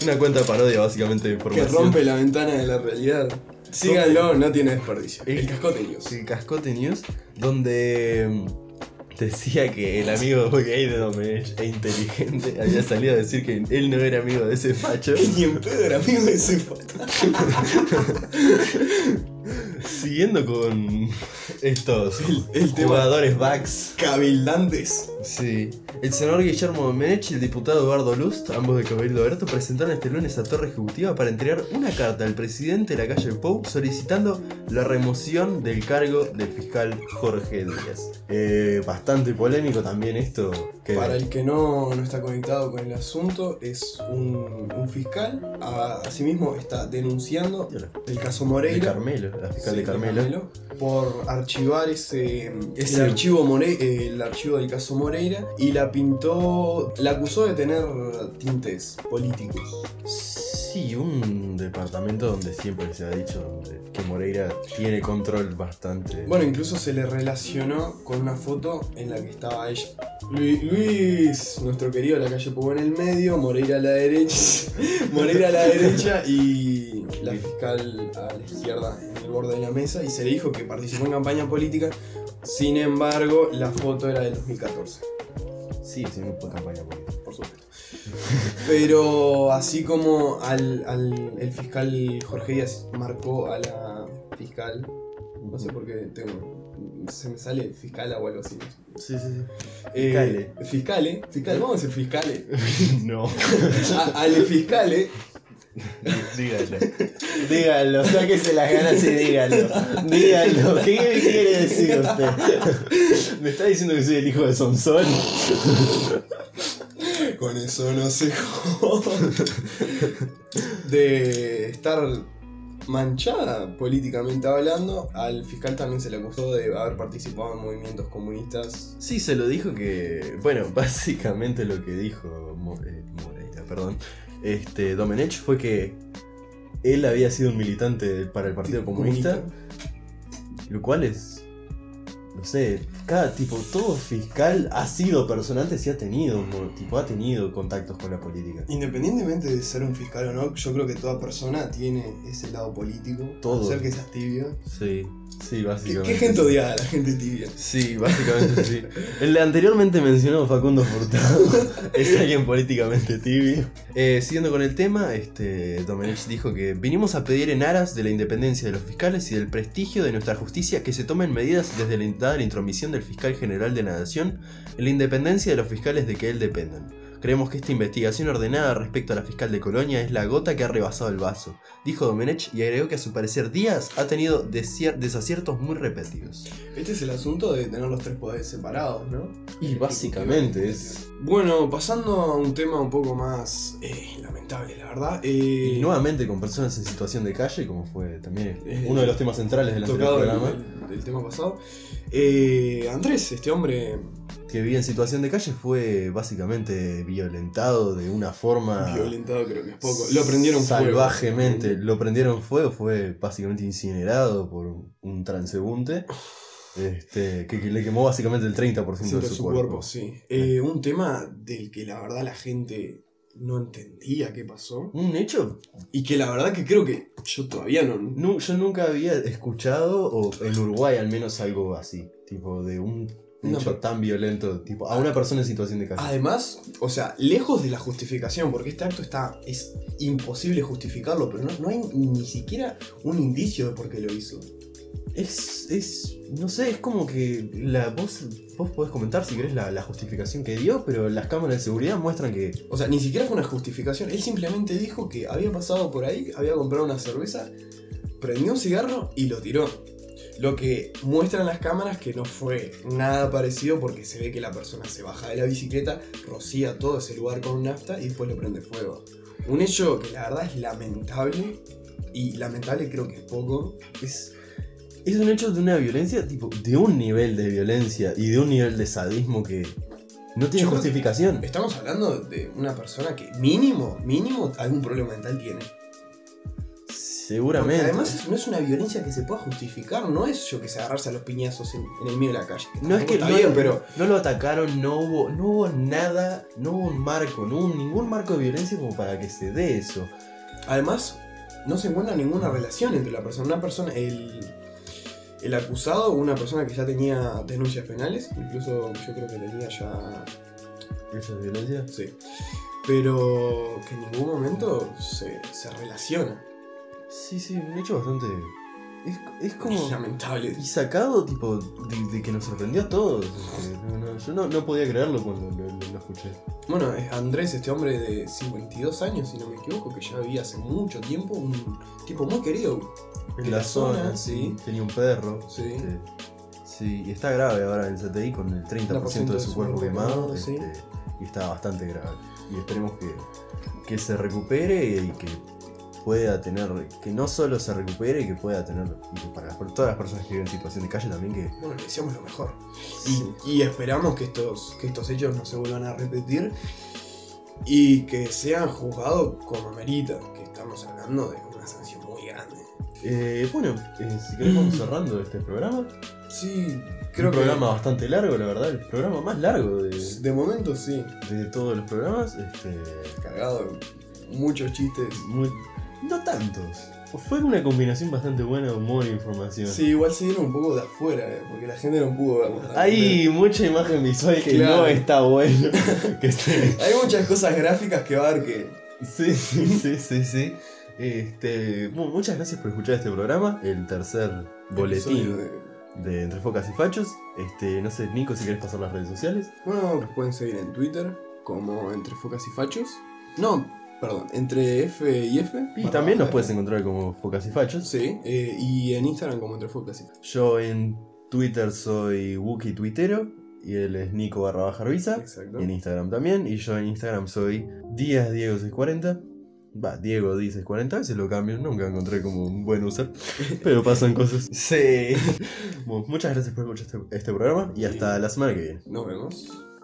Speaker 1: una cuenta parodia básicamente de
Speaker 2: que
Speaker 1: información.
Speaker 2: rompe la ventana de la realidad. Síganlo, no tiene desperdicio.
Speaker 1: Eh,
Speaker 2: El cascote News.
Speaker 1: El Cascote News, donde mm, decía que el amigo gay de Domenech e inteligente había salido a decir que él no era amigo de ese macho.
Speaker 2: Ni en pedo era amigo de ese pata.
Speaker 1: Siguiendo con estos
Speaker 2: El- el tema-
Speaker 1: jugadores backs.
Speaker 2: Cabildantes.
Speaker 1: Sí. El senador Guillermo Menech y el diputado Eduardo Lust, ambos de Cabildo Abierto, presentaron este lunes a Torre Ejecutiva para entregar una carta al presidente de la calle Pou solicitando la remoción del cargo del fiscal Jorge Díaz. Eh, bastante polémico también esto. Que
Speaker 2: Para el que no, no está conectado con el asunto, es un, un fiscal. A- Asimismo, está denunciando el caso
Speaker 1: de
Speaker 2: Moreira.
Speaker 1: Carmelo, la fiscal
Speaker 2: Sí,
Speaker 1: de Carmelo.
Speaker 2: por archivar ese,
Speaker 1: Ese-
Speaker 2: el, archivo More- eh, el archivo del caso Moreira y la pintó, la acusó de tener tintes políticos.
Speaker 1: Sí, un departamento donde siempre se ha dicho donde- que Moreira tiene control bastante.
Speaker 2: Bueno, incluso se le relacionó con una foto en la que estaba ella. Lu- Luis, nuestro querido, la calle Pueblo en el medio, Moreira a la derecha, Moreira a la derecha y la fiscal a la izquierda en el borde de la mesa y se le dijo que participó en campaña política. Sin embargo, la foto era del 2014.
Speaker 1: sí, sí, no puede campaña política.
Speaker 2: por supuesto. Pero así como al, al- el fiscal Jorge Díaz marcó a la fiscal, no sé por qué tengo, se me sale fiscal o algo así.
Speaker 1: Sí, sí,
Speaker 2: Eh,
Speaker 1: Fiscale.
Speaker 2: fiscale, fiscal, vamos a decir fiscale.
Speaker 1: sí. no.
Speaker 2: A- al fiscale
Speaker 1: Dígalo. Dígalo, sáquese las ganas y dígalo. Dígalo, ¿qué me quiere decir usted? ¿Me está diciendo que soy el hijo de Sonsol?
Speaker 2: Con eso no se joda. De estar manchada políticamente hablando, al fiscal también se le acusó de haber participado en movimientos comunistas.
Speaker 1: Sí, se lo dijo que. Bueno, básicamente lo que dijo Mo- eh, Moreira, perdón. Este, Domenech fue que él había sido un militante para el Partido Comunista, lo cual es. No sé, cada tipo, todo fiscal ha sido persona antes y ha tenido, mo- tipo, ha tenido contactos con la política.
Speaker 2: Independientemente de ser un fiscal o no, yo creo que toda persona tiene ese lado político.
Speaker 1: Todo.
Speaker 2: Ser que seas tibio.
Speaker 1: Sí, sí,
Speaker 2: ¿Qué,
Speaker 1: básicamente.
Speaker 2: qué gente odiada la gente tibia?
Speaker 1: Sí, básicamente sí. El anteriormente mencionado Facundo Furtado es alguien políticamente tibio. Eh, siguiendo con el tema, este, Domenech dijo que vinimos a pedir en aras de la independencia de los fiscales y del prestigio de nuestra justicia que se tomen medidas desde la, dada la intromisión del fiscal general de la nación en la independencia de los fiscales de que él dependan. Creemos que esta investigación ordenada respecto a la fiscal de Colonia es la gota que ha rebasado el vaso, dijo Domenech y agregó que a su parecer Díaz ha tenido desier- desaciertos muy repetidos.
Speaker 2: Este es el asunto de tener los tres poderes separados, ¿no?
Speaker 1: Y básicamente es.
Speaker 2: Bueno, pasando a un tema un poco más eh, lamentable, la verdad. eh,
Speaker 1: Y nuevamente con personas en situación de calle, como fue también
Speaker 2: Eh,
Speaker 1: uno de los temas centrales del anterior
Speaker 2: tocado
Speaker 1: programa,
Speaker 2: el, el tema pasado. Eh, Andrés, este hombre
Speaker 1: que vivía en situación de calle, fue básicamente violentado de una forma
Speaker 2: violentado creo que es poco. Lo prendieron fuego.
Speaker 1: Ah, salvajemente. Lo prendieron fuego, fue básicamente incinerado por un transeúnte este, que, que le quemó básicamente el 30% de su,
Speaker 2: Siento su cuerpo,
Speaker 1: cuerpo. Ah.
Speaker 2: sí. Eh, un tema del que la verdad la gente no entendía qué pasó.
Speaker 1: Un hecho,
Speaker 2: Y que la verdad que creo que yo todavía no...
Speaker 1: nu- yo nunca había escuchado, o en Uruguay al menos, algo así, tipo de un
Speaker 2: Una
Speaker 1: hecho
Speaker 2: per-
Speaker 1: tan violento, tipo a una persona en situación de calle.
Speaker 2: Ah. Además, o sea, lejos de la justificación, porque este acto está... es imposible justificarlo, pero no, no hay ni siquiera un indicio de por qué lo hizo.
Speaker 1: Es, es, no sé, es como que la, vos, vos podés comentar si querés la, la justificación que dio, pero las cámaras de seguridad muestran que
Speaker 2: O sea, ni siquiera fue una justificación. Él simplemente dijo que había pasado por ahí, había comprado una cerveza, prendió un cigarro y lo tiró. Lo que muestran las cámaras que no fue nada parecido porque se ve que la persona se baja de la bicicleta, rocía todo ese lugar con nafta y después lo prende fuego. Un hecho que la verdad es lamentable y lamentable creo que es poco.
Speaker 1: es, es un hecho de una violencia, tipo, de un nivel de violencia y de un nivel de sadismo que no tiene
Speaker 2: Yo creo que-
Speaker 1: justificación.
Speaker 2: Estamos hablando de una persona que mínimo, mínimo algún problema mental tiene. Porque
Speaker 1: Seguramente.
Speaker 2: además es- no es una violencia que se pueda justificar, no es yo que se agarrarse a los piñazos en, en el medio de la calle.
Speaker 1: no es
Speaker 2: tampoco
Speaker 1: que
Speaker 2: está
Speaker 1: no,
Speaker 2: bien, pero
Speaker 1: no lo atacaron, no hubo, no hubo nada, no hubo un marco, no hubo ningún marco de violencia como para que se dé eso.
Speaker 2: además no se encuentra ninguna relación entre la persona, una persona, el, el acusado, una persona que ya tenía denuncias penales, incluso yo creo que tenía ya,
Speaker 1: ¿Eso es violencia?
Speaker 2: sí, pero que en ningún momento se, se relaciona.
Speaker 1: Sí, sí, un hecho bastante. Es, es como.
Speaker 2: Es lamentable.
Speaker 1: Y sacado, tipo, de, de que nos sorprendió a todos. este, no, no, yo no, no podía creerlo cuando lo, lo- lo escuché.
Speaker 2: Bueno, es Andrés, este hombre de 52 años, si no me equivoco, que ya vivía hace mucho tiempo, un tipo muy querido.
Speaker 1: En la zona,
Speaker 2: sí.
Speaker 1: Tenía un perro.
Speaker 2: Sí.
Speaker 1: este, sí, y está grave ahora en el CTI con el 30% de su cuerpo quemado.
Speaker 2: quemado, sí.
Speaker 1: este, y está bastante grave. Y esperemos que, que se recupere y que pueda tener. Que no solo se recupere, que pueda tener. Y que para, las- para todas las personas que viven en situación de calle también que.
Speaker 2: Bueno, le deseamos lo mejor.
Speaker 1: Sí.
Speaker 2: Y, y esperamos que estos, que estos hechos no se vuelvan a repetir y que sean juzgados como merita, que estamos hablando de una sanción muy grande.
Speaker 1: Eh, bueno, eh, si queremos vamos cerrando este programa.
Speaker 2: Sí,
Speaker 1: Creo
Speaker 2: creo
Speaker 1: un
Speaker 2: que
Speaker 1: programa bastante largo, la verdad, el programa más largo de,
Speaker 2: de momento sí,
Speaker 1: de todos los programas. Este,
Speaker 2: cargado de muchos chistes.
Speaker 1: muy- no tantos. Fue una combinación bastante buena de humor e información.
Speaker 2: Sí, igual se dieron un poco de afuera, eh, porque la gente no pudo verlo.
Speaker 1: Hay mucha imagen visual que
Speaker 2: Claro.
Speaker 1: no está bueno. que se-
Speaker 2: Hay muchas cosas gráficas que va a haber que
Speaker 1: sí, sí, sí, sí, sí. Este, mu- muchas gracias por escuchar este programa, el tercer boletín
Speaker 2: episodio de-
Speaker 1: de Entre Focas y Fachos. Este, no sé, Nico, si querés pasar las redes sociales.
Speaker 2: Bueno, nos pueden seguir en Twitter como entre focas y fachos. No, perdón, entre F y F.
Speaker 1: Y
Speaker 2: barra
Speaker 1: también nos
Speaker 2: baja.
Speaker 1: puedes encontrar como Focas y Fachos.
Speaker 2: Sí, eh, y en Instagram como entre focas y fachos.
Speaker 1: Yo en Twitter soy Wookie Twittero y él es Nico barra baja Arbiza.
Speaker 2: Exacto.
Speaker 1: Y en Instagram también. Y yo en Instagram soy Díaz Diego 640. Va, Diego Díaz 640. A veces lo cambio. Nunca encontré como un buen user. Pero pasan cosas. Sí. Bueno, muchas gracias por escuchar este, este programa. Y hasta la semana que viene.
Speaker 2: Nos vemos.